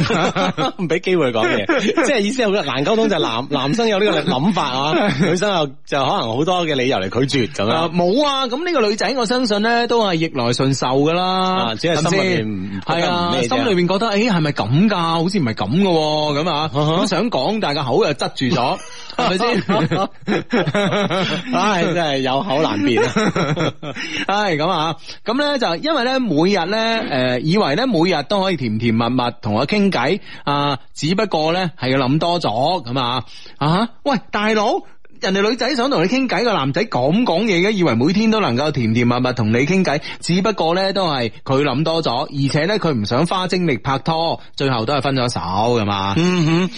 E: *laughs* 唔俾機會講嘢，即係意思係好難溝通就係男男生有呢個諗法啊，女生又就可能好多嘅理由嚟拒絕咁
C: 啊
E: 樣。
C: 冇啊！咁呢個女仔，我相信咧都係逆來順受噶啦
E: 啊，只係心裏面唔覺得
C: 係
E: 唔
C: 啊，
E: 咩啫
C: 心裏面覺得誒係咪咁㗎？好似唔係咁嘅喎，咁啊，
E: 哈
C: 咁 *laughs* 想講，但係個口又窒住咗，係咪先？
E: 唉，真係有口難辯啊！
C: 唉，咁啊，咁咧就因為咧每日咧，诶、以為咧每日都可以甜甜蜜蜜同我傾偈啊，只不過咧係要諗多咗咁啊，啊，喂，大佬。人哋女仔想同你傾偈，個男仔咁講嘢嘅，以為每天都能夠甜甜蜜蜜同你傾偈，只不過咧都係佢諗多咗，而且咧佢唔想花精力拍拖，最後都係分咗手啊噶嘛。
E: 嗯哼，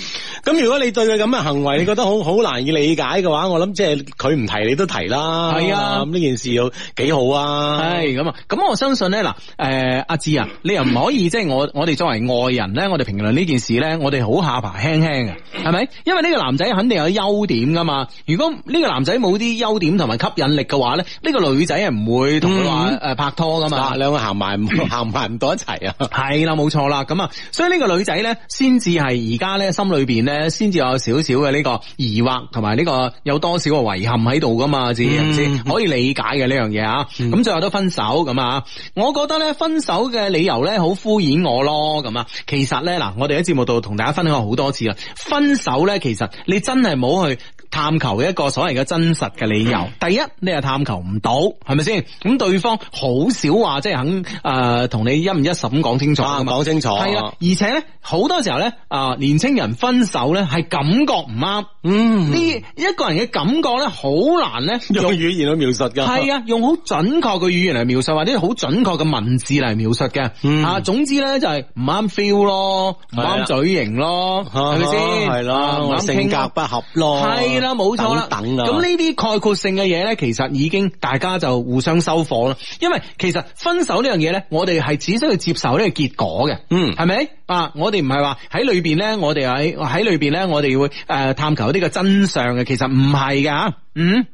E: 咁如果你對佢咁嘅行為，你覺得好 *laughs* 好難以理解嘅話，我諗即係佢唔提你都提啦。
C: 係啊
E: 咁呢件事又幾好啊！
C: 系咁啊，咁我相信咧嗱，诶、阿志啊，你又唔可以即系我我哋作為外人咧，我哋評論呢件事咧，我哋好下巴輕輕嘅，係咪？因為呢個男仔肯定有優點噶嘛。如果呢個男仔冇啲優點同埋吸引力嘅話咧，呢、個女仔係唔會同佢話诶拍拖噶嘛
E: 嗱，。兩個行埋唔 *laughs* 行埋唔到一齊啊！
C: 係啦，冇錯啦，咁啊，所以呢個女仔咧，先至係而家咧心裏邊咧，先至有少少嘅呢個疑惑，同埋呢個有多少嘅遺憾喺度噶嘛，自己係咪先可以理解嘅呢樣嘢啊？
E: 嗯
C: 咁最後都分手咁啊，我覺得咧分手嘅理由咧好敷衍我咯，咁啊，其實咧嗱，我哋喺節目度同大家分享過好多次啦，分手咧其實你真係冇去。探求一個所謂嘅真實嘅理
E: 嗯
C: 由。第一，你係探求唔到，係咪先？咁對方好少話即係肯誒同、你一五一十咁講清楚
E: 啊
C: 㗎嘛
E: 講清楚
C: 係啊，而且咧好多時候咧啊、年青人分手咧係感覺唔啱。
E: 嗯，
C: 呢一個人嘅感覺咧，好難
E: *laughs*
C: 咧
E: 用語言去描述
C: *laughs*
E: 噶， *laughs*
C: 系啊，用好準確嘅語言嚟描述，或者好準確嘅文字嚟描述嘅。
E: 嗯
C: 啊，總之咧就係唔啱 feel 咯，唔
E: 係啊
C: 啱嘴型咯，係咪先？
E: 系
C: 啊唔
E: 咯，
C: 啱
E: 性
C: 傾
E: 格
C: 咯
E: 不合咯，
C: 係啦，冇錯啦。
E: 等等啊
C: 咁呢啲概括性嘅嘢咧，其實已經大家就互相收火啦。因為其實分手呢樣嘢咧，我哋係只需要接受呢個結果嘅。
E: 嗯
C: 係咪啊？我哋唔係話喺裏邊咧，我哋喺喺裏邊咧，我哋會诶探求呢個真相嘅。其實唔係噶，嗯。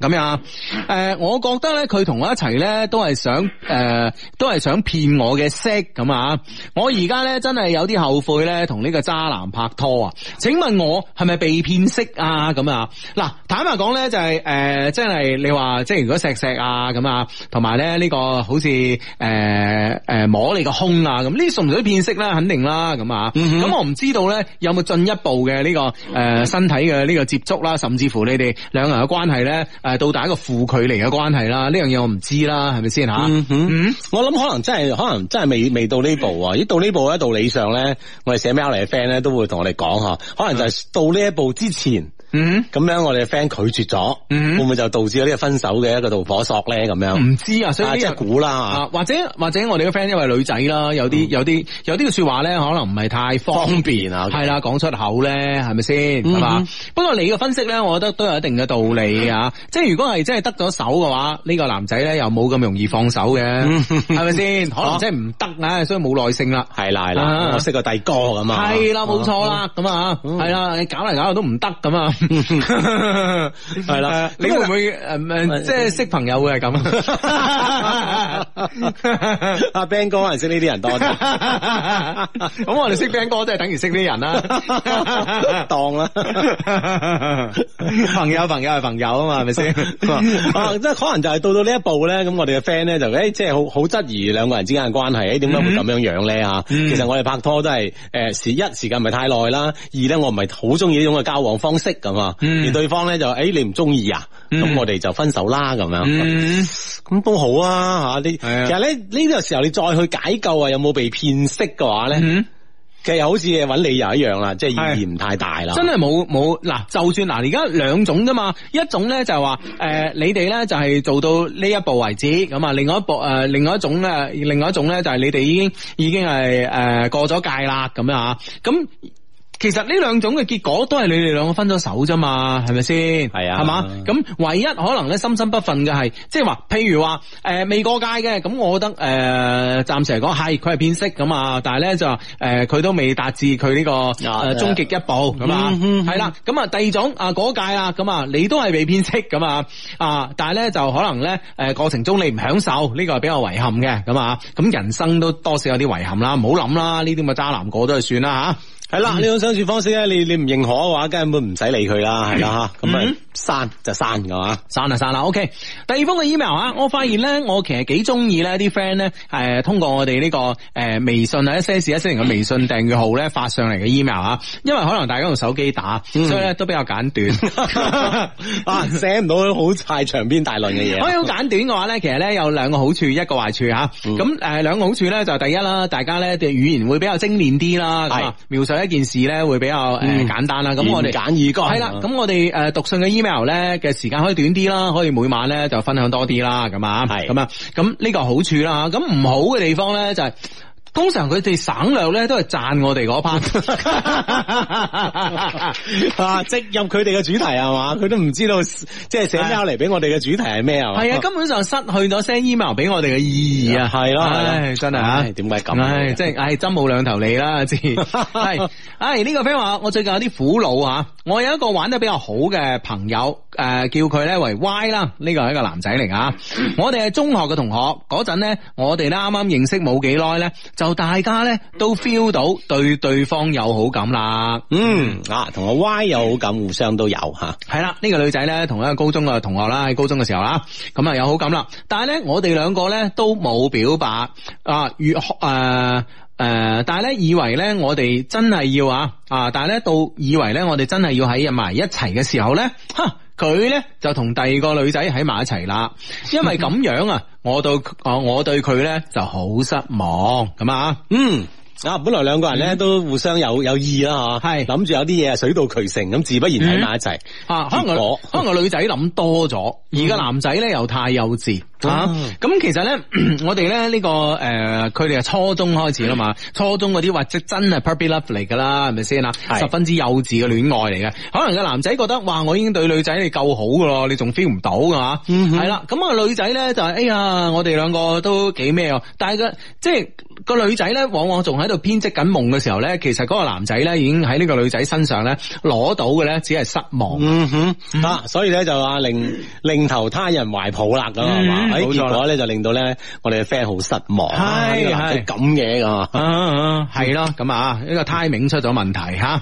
C: 咁樣啊，誒、我覺得咧，佢同我一齊咧，都係想誒、都係想騙我嘅色咁啊！我而家咧真係有啲後悔咧，同呢個渣男拍拖啊！請問我係咪被騙色啊？咁啊，嗱，坦白講咧，就係、誒、真係你話即係如果錫錫啊咁啊，同埋咧呢個好似誒誒摸你個胸啊咁，呢啲屬唔屬於騙色咧？肯定啦，咁啊，咁、我唔知道咧有冇進一步嘅呢、個誒、身體嘅呢個接觸啦，甚至乎你哋兩個人嘅關係咧誒到達一個負距離嘅關係啦，呢樣嘢我唔知啦，係咪先嚇？
E: 嗯哼
C: 嗯
E: 我諗可能真係，可能真係未未到呢步啊！咦，到呢步咧，道理上咧，我哋寫 mail 嚟嘅 friend 咧都會同我哋講吓，可能就係到呢一步之前，
C: 嗯
E: 咁樣我哋嘅 friend 拒絕咗，
C: 嗯
E: 會唔會就導致咗呢個分手嘅一個導火索咧？咁樣
C: 唔知啊，所以
E: 啊，
C: 呢
E: 即
C: 樣
E: 係估啦
C: 啊，或者或者我哋嘅 friend 因為女仔啦，有
E: 嗯
C: 啲有啲有啲嘅说話咧，可能唔係太
E: 方
C: 方便。
E: 便啊，
C: 係啦，講出口咧，係咪先？係嘛？不過你嘅分析咧，我覺得都有一定嘅道理啊。即係如果係真係得咗手嘅話，呢、個男仔咧又冇咁容易放手嘅，係咪 *laughs* 先？可能真係唔得啊，所以冇耐性啦。
E: 係啦係
C: 啊
E: 啦，我識個帝哥咁啊， *laughs*
C: 係啦，冇錯啦，咁啊，係啦，你搞嚟搞去都唔得咁嗯啊，係 *laughs*
E: 啦
C: 你會唔會诶即係識朋友會係啊 *laughs* 咁？
E: *laughs* 阿 Ben 哥可能識呢啲人多啲，，
C: *laughs* 咁我哋識 friend 哥都係等於識啲人啦
E: 當啦。
C: *laughs* 朋友朋友係朋友啊嘛，係咪 *laughs* 先？*laughs*
E: *laughs* 啊，即係可能就係到到呢一步咧，咁我哋嘅 friend 咧就誒，即係好好質疑兩個人之間嘅關係，誒點解會咁樣樣咧嚇？
C: 嗯
E: 其實我哋拍拖都係誒時一時間唔係太耐啦，二咧我唔係好中意呢種嘅交往方式咁啊，
C: 嗯
E: 而對方咧就誒你唔中意啊，
C: 嗯
E: 咁我哋就分手啦咁樣。
C: 嗯
E: 咁都好啊嚇，你其
C: 係啊
E: 實咧呢個時候你再去解救啊，有冇被騙色嘅話咧，
C: 嗯
E: 其實又好似揾理由一樣啦，即係意義唔太大啦。
C: 真係冇冇嗱，就算嗱，而家兩種啫嘛，一種咧就係話誒，你哋咧就係做到呢一步為止，咁啊，另外一步誒、另外一種咧，另外一種咧就係你哋已經已經係誒、呃過咗界啦，咁樣啊，咁。其實呢兩種嘅結果都係你哋兩個分咗手啫嘛，係咪先？
E: 係啊
C: 係嘛？咁唯一可能咧心心不忿嘅係，即係話，譬如話誒、未過界嘅，咁我覺得誒、呃暫時嚟講係佢係變色咁啊，但係咧就話誒佢都未達至佢呢、個誒、
E: 啊
C: 終極一步咁啊，
E: 嗯嗯
C: 係啦，咁啊第二種啊嗰屆啦，咁啊你都係被騙色咁啊啊，但係咧就可能咧誒過程中你唔享受，呢個係比較遺憾嘅咁啊，咁人生都多少有啲遺憾啦，唔好諗啦，呢啲咁嘅渣男過都係算啦啊
E: 系
C: 嗯
E: 啦，呢種相處方式咧，你你唔認可嘅話，根本唔使理佢啦，係啦吓，咁啊
C: 嗯
E: 刪就刪
C: *laughs*
E: 噶嘛，
C: 吓，散啦散啦，OK。第啊二封嘅 email 啊，我發現咧，我其實幾中意咧啲 friend 咧誒通過我哋呢、個誒、微信啊一些事一些情嘅微信訂閱號咧發上嚟嘅 email 啊，因為可能大家用手機打，
E: 嗯
C: 所以咧都比較簡短。
E: 啊寫唔到好太長篇大論嘅嘢，啊
C: 可以好簡短嘅話咧，其實咧有兩個好處，一個壞處吓。
E: 嗯
C: 咁誒兩個好處咧就係第一啦，大家咧嘅語言會比較精煉啲啦，咁啊描述一件事咧會比較誒
E: 嗯
C: 簡單啦。咁我哋
E: 簡易個
C: 係啦，咁我啊哋誒讀信嘅 email 咧嘅時間可以短啲啦，可以每晚咧就分享多啲啦，咁啊，
E: 係
C: 咁啊，咁呢個好處啦。咁唔好嘅地方咧就係、通常佢哋省略咧都係讚我哋嗰 part，
E: *laughs* 啊即入佢哋嘅主題係嘛，佢都唔知道即係寫 mail 嚟俾我哋嘅主題係咩啊？
C: 係啊，根本上失去咗 send email 俾我哋嘅意義啊，
E: 係咯係咯
C: 唉真係啊
E: 唉，點解咁
C: 唉，即係唉，針冇兩頭利啦，
E: *laughs*
C: 知係，唉呢個 friend 話我最近有啲苦惱啊，我有一個玩得比較好嘅朋友，诶、叫佢咧為 Y 啦，呢個係一個男仔嚟噶，我哋係中學嘅同學，嗰陣咧我哋咧啱啱認識冇幾耐咧，就大家咧都 feel 到對對方有好感啦。
E: 嗯啊，同我 Y 有好感，互相都有吓，
C: 系啦，呢、個女仔咧同一個高中嘅同學啦，喺高中嘅時候啦，咁啊有好感啦。但係咧，我哋兩個咧都冇表白啊，越誒誒、呃但係咧以為咧我哋真係要啊啊，但係咧到以為咧我哋真係要喺埋一齊嘅時候咧，哈！佢咧就同第二個女仔喺埋一齊啦，因為咁樣啊，我對啊我對佢咧就好失望咁啊，
E: 嗯。啊，本來兩個人
C: 嗯
E: 咧都互相有有意啦，吓，
C: 係
E: 諗住有啲嘢係水到渠成，咁自不然喺埋一齊。
C: 啊，可能
E: 結
C: 個
E: 果
C: 可能個女仔諗多咗，而個男仔咧又太幼稚啊
E: 啊。
C: 咁其實咧， *clears throat* 我哋咧呢個誒，佢哋係初中開始啦嘛，初中嗰啲或者真係 puppy love 嚟噶啦，係咪先啊？
E: 係
C: 十分之幼稚嘅戀愛嚟嘅，可能個男仔覺得哇，我已經對女仔你夠好噶咯，你仲 feel 唔到噶嘛？係啦，咁啊女仔咧就係哎呀，我哋兩個都幾咩喎，但係個即係。個女仔咧，往往仲喺度編織緊夢嘅時候咧，其實嗰個男仔咧已經喺呢個女仔身上咧攞到嘅咧，只係失望。
E: 嗯哼，啊，所以咧就話令另投他人懷抱啦，咁係嘛
C: 嗯，
E: 喺
C: 冇錯啦
E: 結果咧就令到咧我哋嘅 friend 好失望，
C: 係
E: 啊呢個男仔
C: 係
E: 咁嘢噶。
C: 啊啊，系咯，咁啊，呢个 timing 出咗問題吓。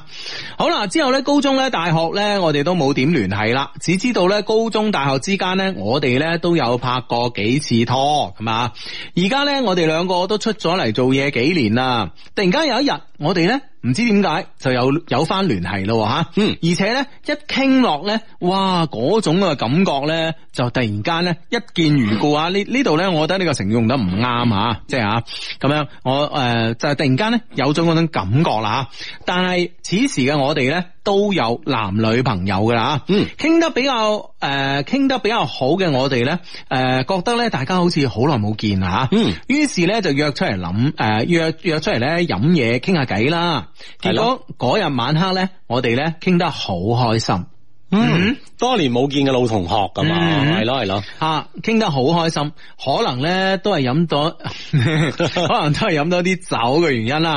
C: 好啦，之後咧，高中咧、大學咧，我哋都冇點聯繫啦，只知道咧，高中、大學之間咧，我哋咧都有拍過幾次拖，咁啊。而家咧，我哋兩個都出咗嚟做嘢幾年啦，突然間有一日，我哋咧唔知點解就有有翻聯繫咯吓。
E: 嗯
C: 而且咧一傾落咧，哇，嗰種嘅感覺咧，就突然間咧一見如故啊！呢呢度咧，我覺得呢個成語用得唔啱啊，即係啊咁樣，我誒、呃就係突然間咧有咗嗰種感覺啦吓。但係此時嘅我哋咧都有男女朋友噶啦吓，
E: 嗯
C: 傾得比較誒傾、得比較好嘅我哋咧誒覺得咧大家好似好耐冇見啦吓，
E: 嗯
C: 於是咧就約出嚟諗誒約約出嚟咧飲嘢傾下偈啦，
E: 係
C: 結
E: 咯
C: 果。嗰日晚黑咧，我哋咧傾得好開心，
E: 嗯，多年冇見嘅老同學咁嘛，
C: 嗯
E: 係咯係咯，
C: 啊，傾得好開心，可能咧都係飲咗， *laughs* 可能都係飲咗啲酒嘅原因啦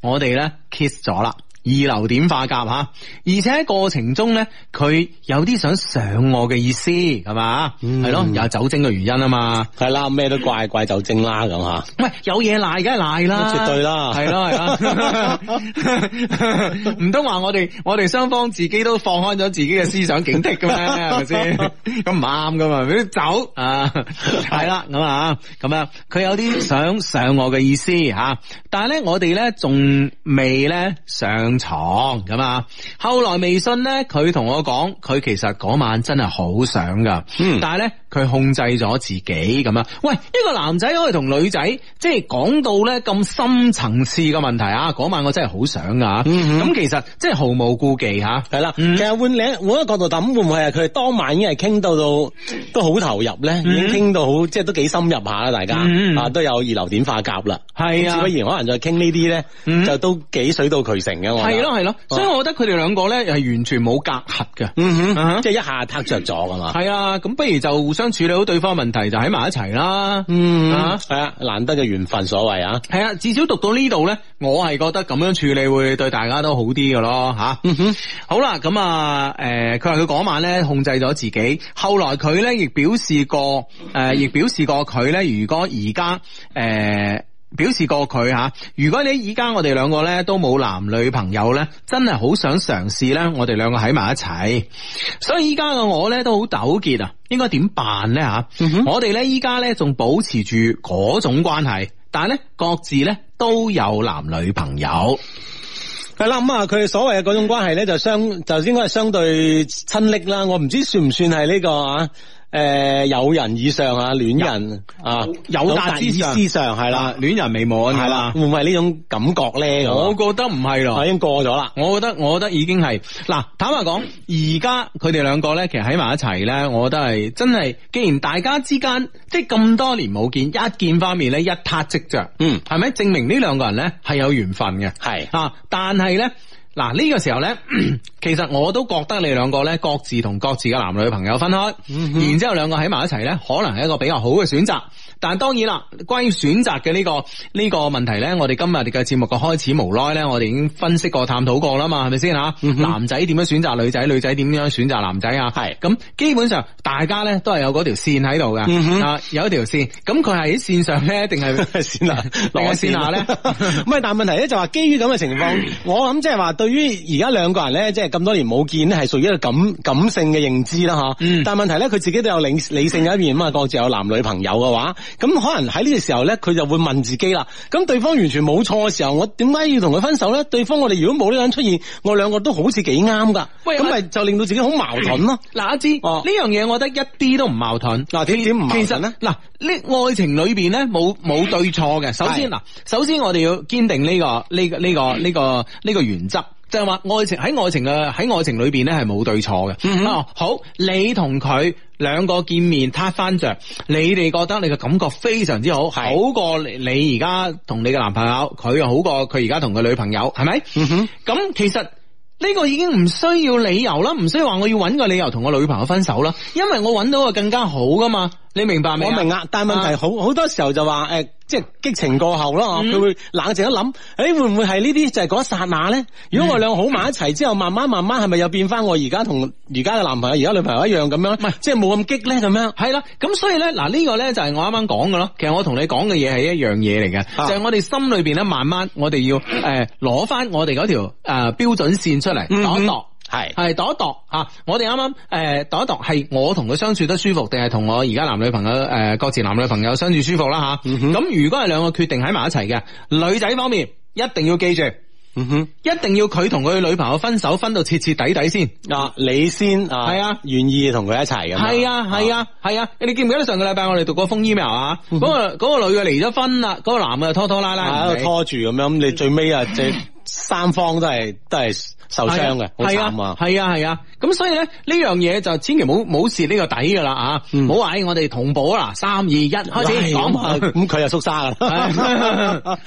C: 吓，我哋咧 kiss 咗啦。二流點化甲啊吓，而且喺過程中咧，佢有啲想上我嘅意思，係嘛？
E: 嗯
C: 係咯、有酒精嘅原因啊嘛。
E: 係啦，咩都怪怪酒精啦咁吓。
C: 喂，有嘢賴梗係賴啦，
E: 絕對啦
C: 係啦係
E: *laughs*
C: 啦，唔通話我哋我哋雙方自己都放開咗自己嘅思想警惕嘅咩？係咪先？咁唔啱噶嘛，啲走啊，係啦咁啊，咁樣佢有啲想上我嘅意思吓、但係咧我哋咧仲未咧上床咁啊。後來微信咧佢同我講，佢其實嗰晚真係好想噶，
E: 嗯
C: 但係咧佢控制咗自己咁啊。喂，一個男仔可以同女仔即係講到咧咁深層次嘅問題啊，嗰晚我真係好想噶吓，咁、
E: 嗯哼哦
C: 其實即係毫無顧忌吓。
E: 係啦，
C: 嗯
E: 其實換另換一個角度諗，會唔會係佢哋當晚已經係傾到到都好投入咧，已經傾到好即係都幾深入下啦，大家
C: 嗯
E: 啊都有二流點化甲啦。
C: 係啊
E: 自不然可能再傾呢啲咧
C: 嗯，
E: 就都幾水到渠成嘅。我覺得
C: 係咯係咯，
E: 哦
C: 所以我覺得佢哋兩個咧係完全冇隔閡嘅。
E: 嗯
C: 啊哈
E: 哼，即係一下撻着咗噶嘛。
C: 系啊，咁不如就互相處理好對方問題，就喺埋一齊啦。啊
E: 啊，係啊，難得嘅緣分所謂啊。
C: 系啊，至少讀到呢度咧，我係覺得咁樣處理會對大家都好啲嘅咯，吓、好啦，咁啊，诶、佢話佢嗰晚咧控制咗自己，後來佢咧亦表示過，诶、亦表示過佢咧，如果而家诶。誒表示過佢吓，如果你而家我哋兩個咧都冇男女朋友咧，真係好想嘗試咧，我哋兩個喺埋一齊。所以依家嘅我咧都好糾結啊，應該點辦咧吓？我哋咧依家咧仲保持住嗰種關係，但係咧各自咧都有男女朋友。
E: 係啦，咁啊，佢哋所謂嘅嗰種關係咧，就相就應該係相對親昵啦。我唔知算唔算係呢、個啊？誒、友人以上啊，戀人啊，
C: 友達之
E: 以
C: 上
E: 之上係啦，
C: 戀人未滿
E: 係啦，會唔會係呢種感覺咧？咁啊
C: 我覺得唔係咯
E: 啊已。經過咗啦。
C: 我覺得我覺得已經係嗱，坦白講，而家佢哋兩個咧，其實喺埋一齊咧，我覺得係真係，既然大家之間即係咁多年冇見，一見翻面咧一撻即着，
E: 嗯
C: 係咪？證明呢兩個人咧係有緣分嘅，
E: 係
C: 啊，但係咧。嗱呢個 *clears throat* 時候咧，其實我都覺得你兩個咧，各自同各自嘅男女朋友分開，然之後兩個喺埋一齊咧，可能係一個比較好嘅選擇。但當然啦，關於選擇嘅呢、個呢、個問題咧，我哋今日嘅節目嘅開始無耐咧，我哋已經分析過、探討過啦嘛，係咪先吓？男仔點樣選擇女仔，女仔點樣選擇男仔啊？
E: 係
C: 咁，基本上大家咧都係有嗰條線喺度嘅，啊有一條線，咁佢係喺線上咧，定係
E: *laughs* 先啦，
C: 定係線下咧？
E: *laughs* 唔係，但問題咧就話，基於咁嘅
C: *laughs*
E: 情況，我諗即係話，對於而家兩個人咧，即係咁多年冇見咧，係屬於一個感感性嘅認知啦，吓、
C: 嗯
E: 但問題咧，佢自己都有理理性嘅一面啊嘛，各自有男女朋友嘅話，咁可能喺呢個時候咧，佢就會問自己啦。咁對方完全冇錯嘅時候，我點解要同佢分手咧？對方我哋如果冇呢個人出現，我兩個都好似幾啱噶。
C: 喂啊
E: 咁咪就令到自己好矛盾咯。
C: 嗱，阿芝呢
E: 哦
C: 樣嘢，我覺得一啲都唔矛盾。
E: 嗱點點唔矛盾
C: 其實
E: 呢
C: 嗱，呢愛情裏邊咧冇冇對錯嘅。首先
E: 係
C: 嗱，首先我哋要堅定呢個呢個呢個呢個呢個原則。就係話愛情喺愛情嘅喺愛情裏邊咧係冇對錯嘅。啊好，你同佢兩個見面撻翻着，你哋覺得你嘅感覺非常之好，好過你你而家同你嘅男朋友，佢又好過佢而家同佢女朋友，係咪？
E: 嗯
C: 咁、其實。呢個已經唔需要理由啦，唔需要話我要揾個理由同我女朋友分手啦，因為我揾到個更加好噶嘛，你明白未？
E: 我明啊，但係問題
C: 啊
E: 好好多時候就話誒、即係激情過後咯，佢、會冷靜一諗，誒、會唔會係呢啲就係嗰一剎那咧？如果我兩個好埋一齊之後，慢慢慢慢係咪又變翻我而家同而家嘅男朋友、而家女朋友一樣咁樣？唔係，即係冇咁激咧咁樣。
C: 係啦，咁所以咧，嗱、呢個咧就係我啱啱講嘅咯。其實我同你講嘅嘢係一樣嘢嚟嘅，
E: 啊
C: 就係我哋心裏邊咧，慢慢我哋要誒攞翻我哋嗰條誒標準線出嚟
E: 嗯
C: 度一度
E: 哼。係
C: 係度一度啊！我哋啱啱誒度一度，係我同佢相處得舒服，定係同我而家男女朋友誒、呃各自男女朋友相處舒服啦吓。咁、如果係兩個決定喺埋一齊嘅，女仔方面一定要記住，
E: 嗯哼。
C: 一定要佢同佢女朋友分手，分到徹徹底底先。
E: 啊，你先啊，
C: 係啊
E: 愿意同佢一齊咁樣。
C: 係啊係啊係啊！你記唔記得上個禮拜我哋讀過封 email 啊？嗰、個嗰個女嘅離咗婚啦，嗰、個男嘅啊拖拖拉拉唔
E: 喺
C: 理
E: 度啊拖住咁樣，咁你最尾啊，即係三方都係都係受傷嘅，好慘啊！
C: 系啊，系啊，咁所以咧呢樣嘢就千祈冇冇蝕呢個底噶啦啊！
E: 嗯
C: 唔好話哎我哋同步啊，嗱，三二一，開始
E: 唉咁啊
C: 講。
E: 咁佢又縮沙噶啦，
C: 係 *laughs* 係啊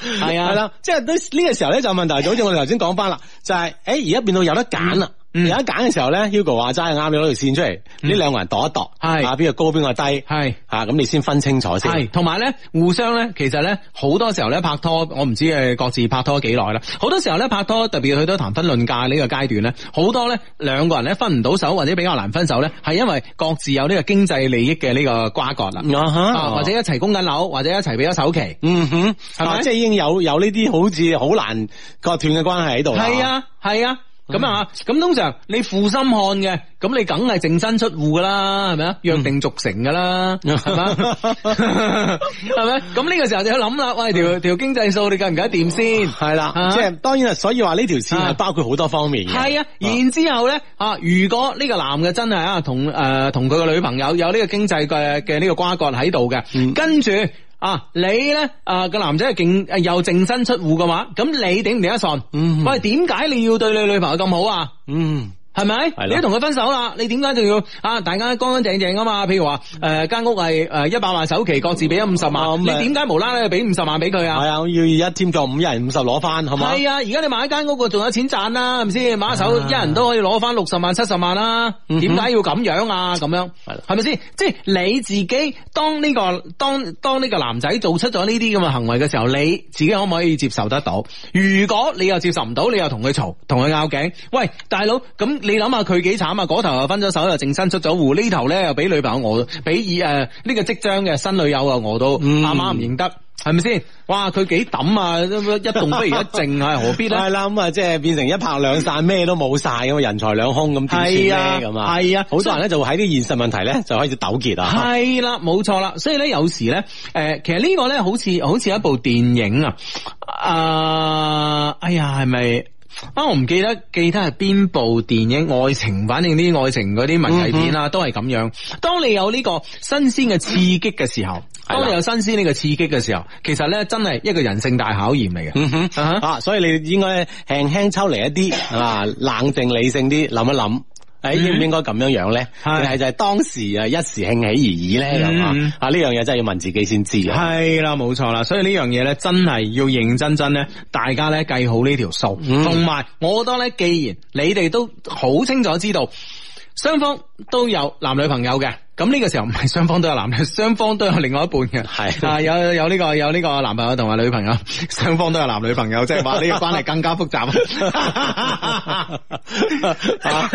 E: 係啦，即係呢呢個時候咧就問題，就好似我哋頭先講翻啦，就係誒而家變到有得揀啦，
C: 嗯
E: 有得揀嘅時候咧，Hugo 話齋係啱，你攞條線出嚟，呢兩個人度一度，
C: 係
E: 啊邊個高邊個低，
C: 係
E: 啊咁你先分清楚先，
C: 係，同埋咧，互相咧，其實咧，好多時候咧拍拖，我唔知誒各自拍拖幾耐啦。好多時候咧拍拖，特別去到談婚論嫁呢個階段咧，好多咧兩個人咧分唔到手，或者比較難分手咧，係因為各自有呢個經濟利益嘅呢個瓜葛啦。
E: 啊哈
C: 啊，或者一齊供緊樓，或者一齊俾咗首期，
E: 嗯哼，
C: 係咪
E: 啊即係已經有有呢啲好似好難割斷嘅關係喺度啦，
C: 係啊，係啊。咁啊，咁通常你負心漢嘅，咁你梗係淨身出戶噶啦，係咪啊？約定俗成噶啦，係咪啊？係咪？咁呢個時候就要諗啦，喂，條條經濟數你計唔計得掂先？
E: 系啦
C: 啊，
E: 即係當然啦，所以話呢條線係包括好多方面嘅。
C: 係啊，然之后咧啊，如果呢個男嘅真係啊，同诶同佢個女朋友有呢個經濟嘅嘅呢個瓜葛喺度嘅，跟住。啊！你咧啊個男仔係勁誒又淨身出戶嘅話，咁你頂唔頂得順？
E: 嗯
C: 喂，點解你要對你女朋友咁好啊？
E: 嗯，
C: 系咪？
E: 係啦
C: 你都同佢分手啦，你點解仲要啊？大家乾乾淨淨啊嘛。譬如話诶，间、屋係诶一百萬首期，各自俾咗五十
E: 哦
C: 萬，
E: 咁咪
C: 你點解無啦啦俾五十萬俾佢
E: 係
C: 啊？
E: 啊，我要一添作五，一人五十攞翻，好嘛？
C: 係啊，而家你買一間屋，仲有錢賺啦，係咪先？買一手一人都可以攞翻六十萬、七十萬啦，
E: 啊嗯哼
C: 點解要咁樣啊？咁樣
E: 係啦
C: 係咪先？即係你自己當呢、個當當呢個男仔做出咗呢啲咁嘅行為嘅時候，你自己可唔可以接受得到？如果你又接受唔到，你又同佢嘈，同佢拗頸，喂，大佬，咁你諗下佢幾慘啊？嗰頭又分咗手，又淨身出咗户，呢頭咧又俾女朋友餓，俾以誒呢個即將嘅新女友啊餓到
E: 嗯
C: 阿媽唔認得。係咪先？哇！佢幾抌啊！一動不如一 *laughs* 靜啊，何必咧？
E: 係啦，咁啊，即係變成一拍兩散，咩都冇晒咁啊，人財兩空咁點
C: 係
E: 算
C: 啊
E: 咧？咁啊，
C: 係啊
E: 好多人咧就會喺啲現實問題咧就開始糾結
C: *laughs*
E: 啊。
C: 系啦，冇錯啦，所以咧有時咧，诶、其實呢個咧好似好似一部電影啊，啊、哎呀，係咪？啊！我唔記得記得係邊部電影愛情，反正啲愛情嗰啲文藝片
E: 嗯
C: 啊，都係咁樣。當你有呢個新鮮嘅刺激嘅時候，
E: 係啦
C: 當你有新鮮呢個刺激嘅時候，其實咧真係一個人性大考驗嚟嘅。
E: 嗯哼，
C: 啊哈
E: 啊，所以你應該輕輕抽離一啲，啊，冷靜理性啲諗一諗。誒應唔應該咁樣樣咧？定
C: 嗯係
E: 係就係當時啊一時興起而已咧咁啊
C: 嗯？
E: 啊呢樣嘢真係要問自己先知 *laughs* 啊！
C: 系啦，冇錯啦，所以呢樣嘢咧，真係要認真真咧，大家咧計好呢條數，
E: 嗯
C: 同埋、我覺得咧，既然你哋都好清楚知道雙方都有男女朋友嘅，咁呢個時候唔係雙方都有男女， *laughs* 雙方都有另外一半嘅，
E: 係
C: 啊，有有呢、個有呢個男朋友同埋女朋友，雙方都有男女朋友，即係話呢個關係更加複雜。
E: 啊，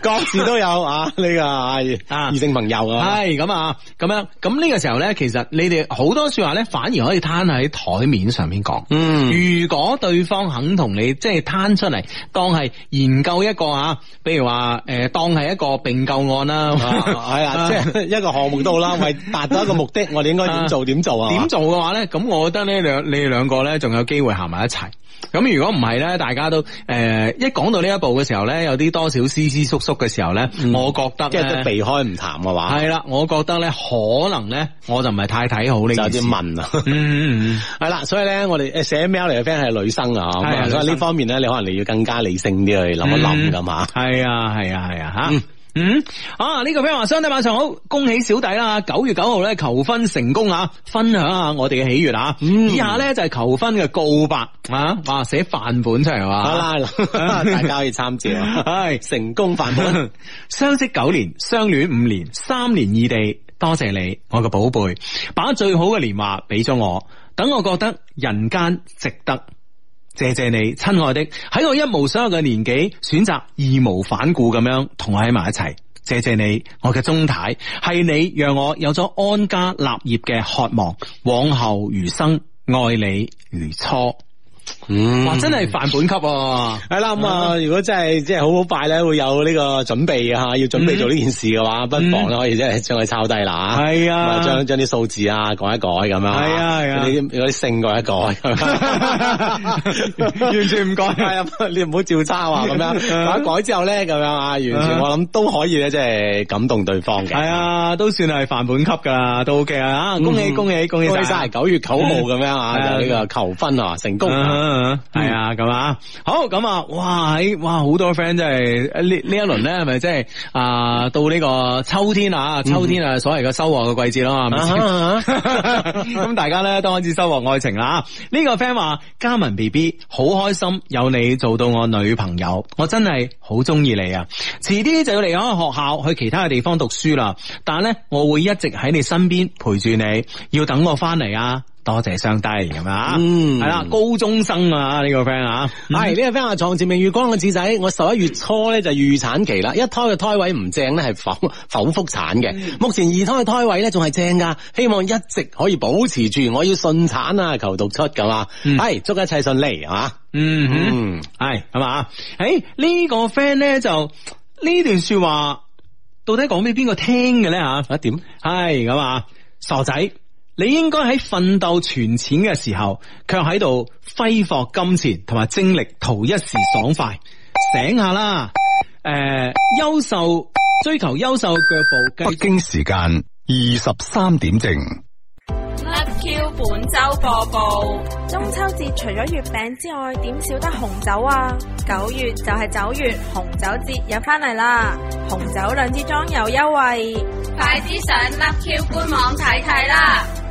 E: 各自都有啊，呢、個啊
C: 啊
E: 異性朋友啊，
C: 系咁啊，咁樣咁呢個時候咧，其實你哋好多说話咧，反而可以攤喺台面上面講。
E: 嗯，
C: 如果對方肯同你即係攤出嚟，當係研究一個啊，比如話誒、呃，當係一個並購案啦， *laughs*
E: *laughs* 係啊，
C: 啊
E: 即係一個項目都好啦，為達到一個目的，我哋應該點做 *laughs* 點做啊？
C: 點做嘅話咧，咁我覺得呢兩你哋兩個咧仲有機會行埋一齊。咁如果唔係咧，大家都誒、呃一講到呢一步嘅時候咧，有啲多少斯斯縮縮嘅時候咧，我覺得
E: 嗯即係都
C: 咧
E: 避開唔談嘅話，
C: 係啦，我覺得咧可能咧我就唔係太睇好呢
E: 就有
C: 件事。
E: 啲問啊。
C: 嗯嗯嗯
E: *laughs* 系啦，所以咧，我哋诶写 mail 嚟嘅 friend 系女生嗯啊，咁
C: 係啊
E: 啊
C: 女生
E: 所以呢方面咧，你可能你要更加理性啲去諗一諗咁吓。
C: 係啊係啊係啊吓。
E: 嗯
C: 嗯，啊呢、個 friend 話：相弟晚上好，恭喜小弟啦！九月九號咧求婚成功啊，分享下我哋嘅喜悅啊！
E: 嗯
C: 以下咧就係求婚嘅告白啊，哇寫範本出嚟哇！
E: 好 *laughs* 啦，大家可以參照。
C: *laughs*
E: 啊 *laughs*
C: 唉，
E: 成功犯本，
C: *coughs* 相识九年，相恋五年，三年异地，多谢你，我嘅宝贝，把最好嘅年华俾咗我，等我觉得人间值得。谢谢你，亲爱的，喺我一无所有嘅年纪，选择义无反顾咁样同我喺埋一齐。谢谢你，我嘅钟太，系你让我有咗安家立业嘅渴望，往后余生爱你如初。
E: 嗯
C: 哇，真系范本级啊！
E: 系啦，咁啊，如果真係即係好好快咧，會有呢個準備啊，要準備做呢件事嘅話，不妨咧可以即係將佢抄低啦吓。
C: 係啊
E: 咁將將啲數字啊改一改咁樣。
C: 係啊係啊
E: 嗰啲嗰啲性改一改。
C: *laughs* 完全唔改
E: 係啊， *laughs* 你唔好照抄啊，咁樣改一改之後咧，咁樣啊，完全我諗都可以咧，即係感動對方嘅。
C: 系啊，都算係范本級噶啦，都 OK 啊！恭喜
E: 嗯
C: 恭喜恭喜
E: 恭喜晒！九月九號咁樣啊，
C: 嗯
E: 就呢個求婚啊成功啊。
C: 系啊，咁啊，好咁啊，哇，喺哇，好多 friend 真係呢呢一輪咧，係咪即係啊到呢個秋天啊，秋天
E: 嗯
C: 啊，所謂嘅收穫嘅季節啦嘛，係咪先 *laughs* 咁大家咧都開始收穫愛情啦。呢、個 friend 話：嘉文 B B 好開心有你做到我女朋友，我真係好中意你啊！遲啲就要離開學校去其他嘅地方讀書啦，但係咧我會一直喺你身邊陪住你，要等我翻嚟啊！多謝雙低咁啊，
E: 嗯
C: 係啦，高中生啊呢、個 friend 啊，
E: 系呢個 friend 話床前明月光嘅智仔，我十一月初咧就預產期啦，一胎嘅胎位唔正咧係剖 *laughs* 剖腹產嘅，
C: 嗯
E: 目前二胎嘅胎位咧仲係正噶，希望一直可以保持住，我要順產啊，求讀出咁啊，
C: 嗯
E: 係祝一切順利啊，
C: 嗯哼。
E: 嗯，
C: 系咁啊！诶，呢、個个 friend 咧就呢段说話到底講俾邊個聽嘅咧吓？
E: 啊點？
C: 系咁啊，傻仔，你應該喺奮鬥存錢嘅時候，卻喺度揮霍金錢同埋精力，圖一時爽快。醒下啦，诶、優秀追求優秀腳步，
F: 北
C: 繼續
F: 京時間二十三點正，
A: Love Q 本周播報。
B: 中秋節除咗月餅之外，點少得紅酒啊？九月就係九月紅酒節又返嚟啦，紅酒兩支裝有優惠。
A: 快啲上 Love Q 官網睇睇啦！